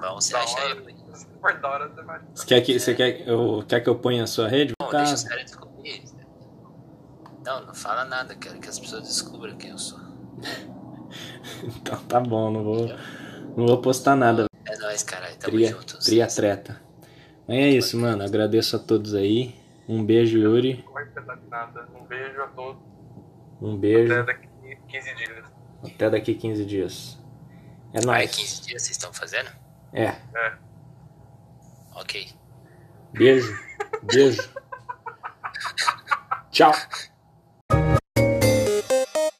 [SPEAKER 3] bom, você
[SPEAKER 2] Da
[SPEAKER 3] acha
[SPEAKER 2] hora.
[SPEAKER 3] eu. aí.
[SPEAKER 2] Super da hora você vai.
[SPEAKER 1] Você quer que, você quer, eu, quer que eu ponha a sua rede?
[SPEAKER 3] Bom,
[SPEAKER 1] tá.
[SPEAKER 3] deixa assim. os caras descobrir. Não, não fala nada. Quero que as pessoas descubram quem eu sou.
[SPEAKER 1] Então tá bom, não vou, não vou postar nada.
[SPEAKER 3] É nóis, cara. Tamo
[SPEAKER 1] Tria,
[SPEAKER 3] juntos.
[SPEAKER 1] tria treta. Mas é isso, mano. Agradeço a todos aí. Um beijo, Yuri.
[SPEAKER 2] Não vai pensar de nada. Um beijo a todos.
[SPEAKER 1] Um
[SPEAKER 2] Até
[SPEAKER 1] beijo.
[SPEAKER 2] daqui 15 dias.
[SPEAKER 1] Até daqui 15 dias. É
[SPEAKER 3] Aí,
[SPEAKER 1] nóis.
[SPEAKER 3] 15 dias vocês estão fazendo?
[SPEAKER 1] É.
[SPEAKER 2] É.
[SPEAKER 3] Ok.
[SPEAKER 1] Beijo. Beijo. Tchau.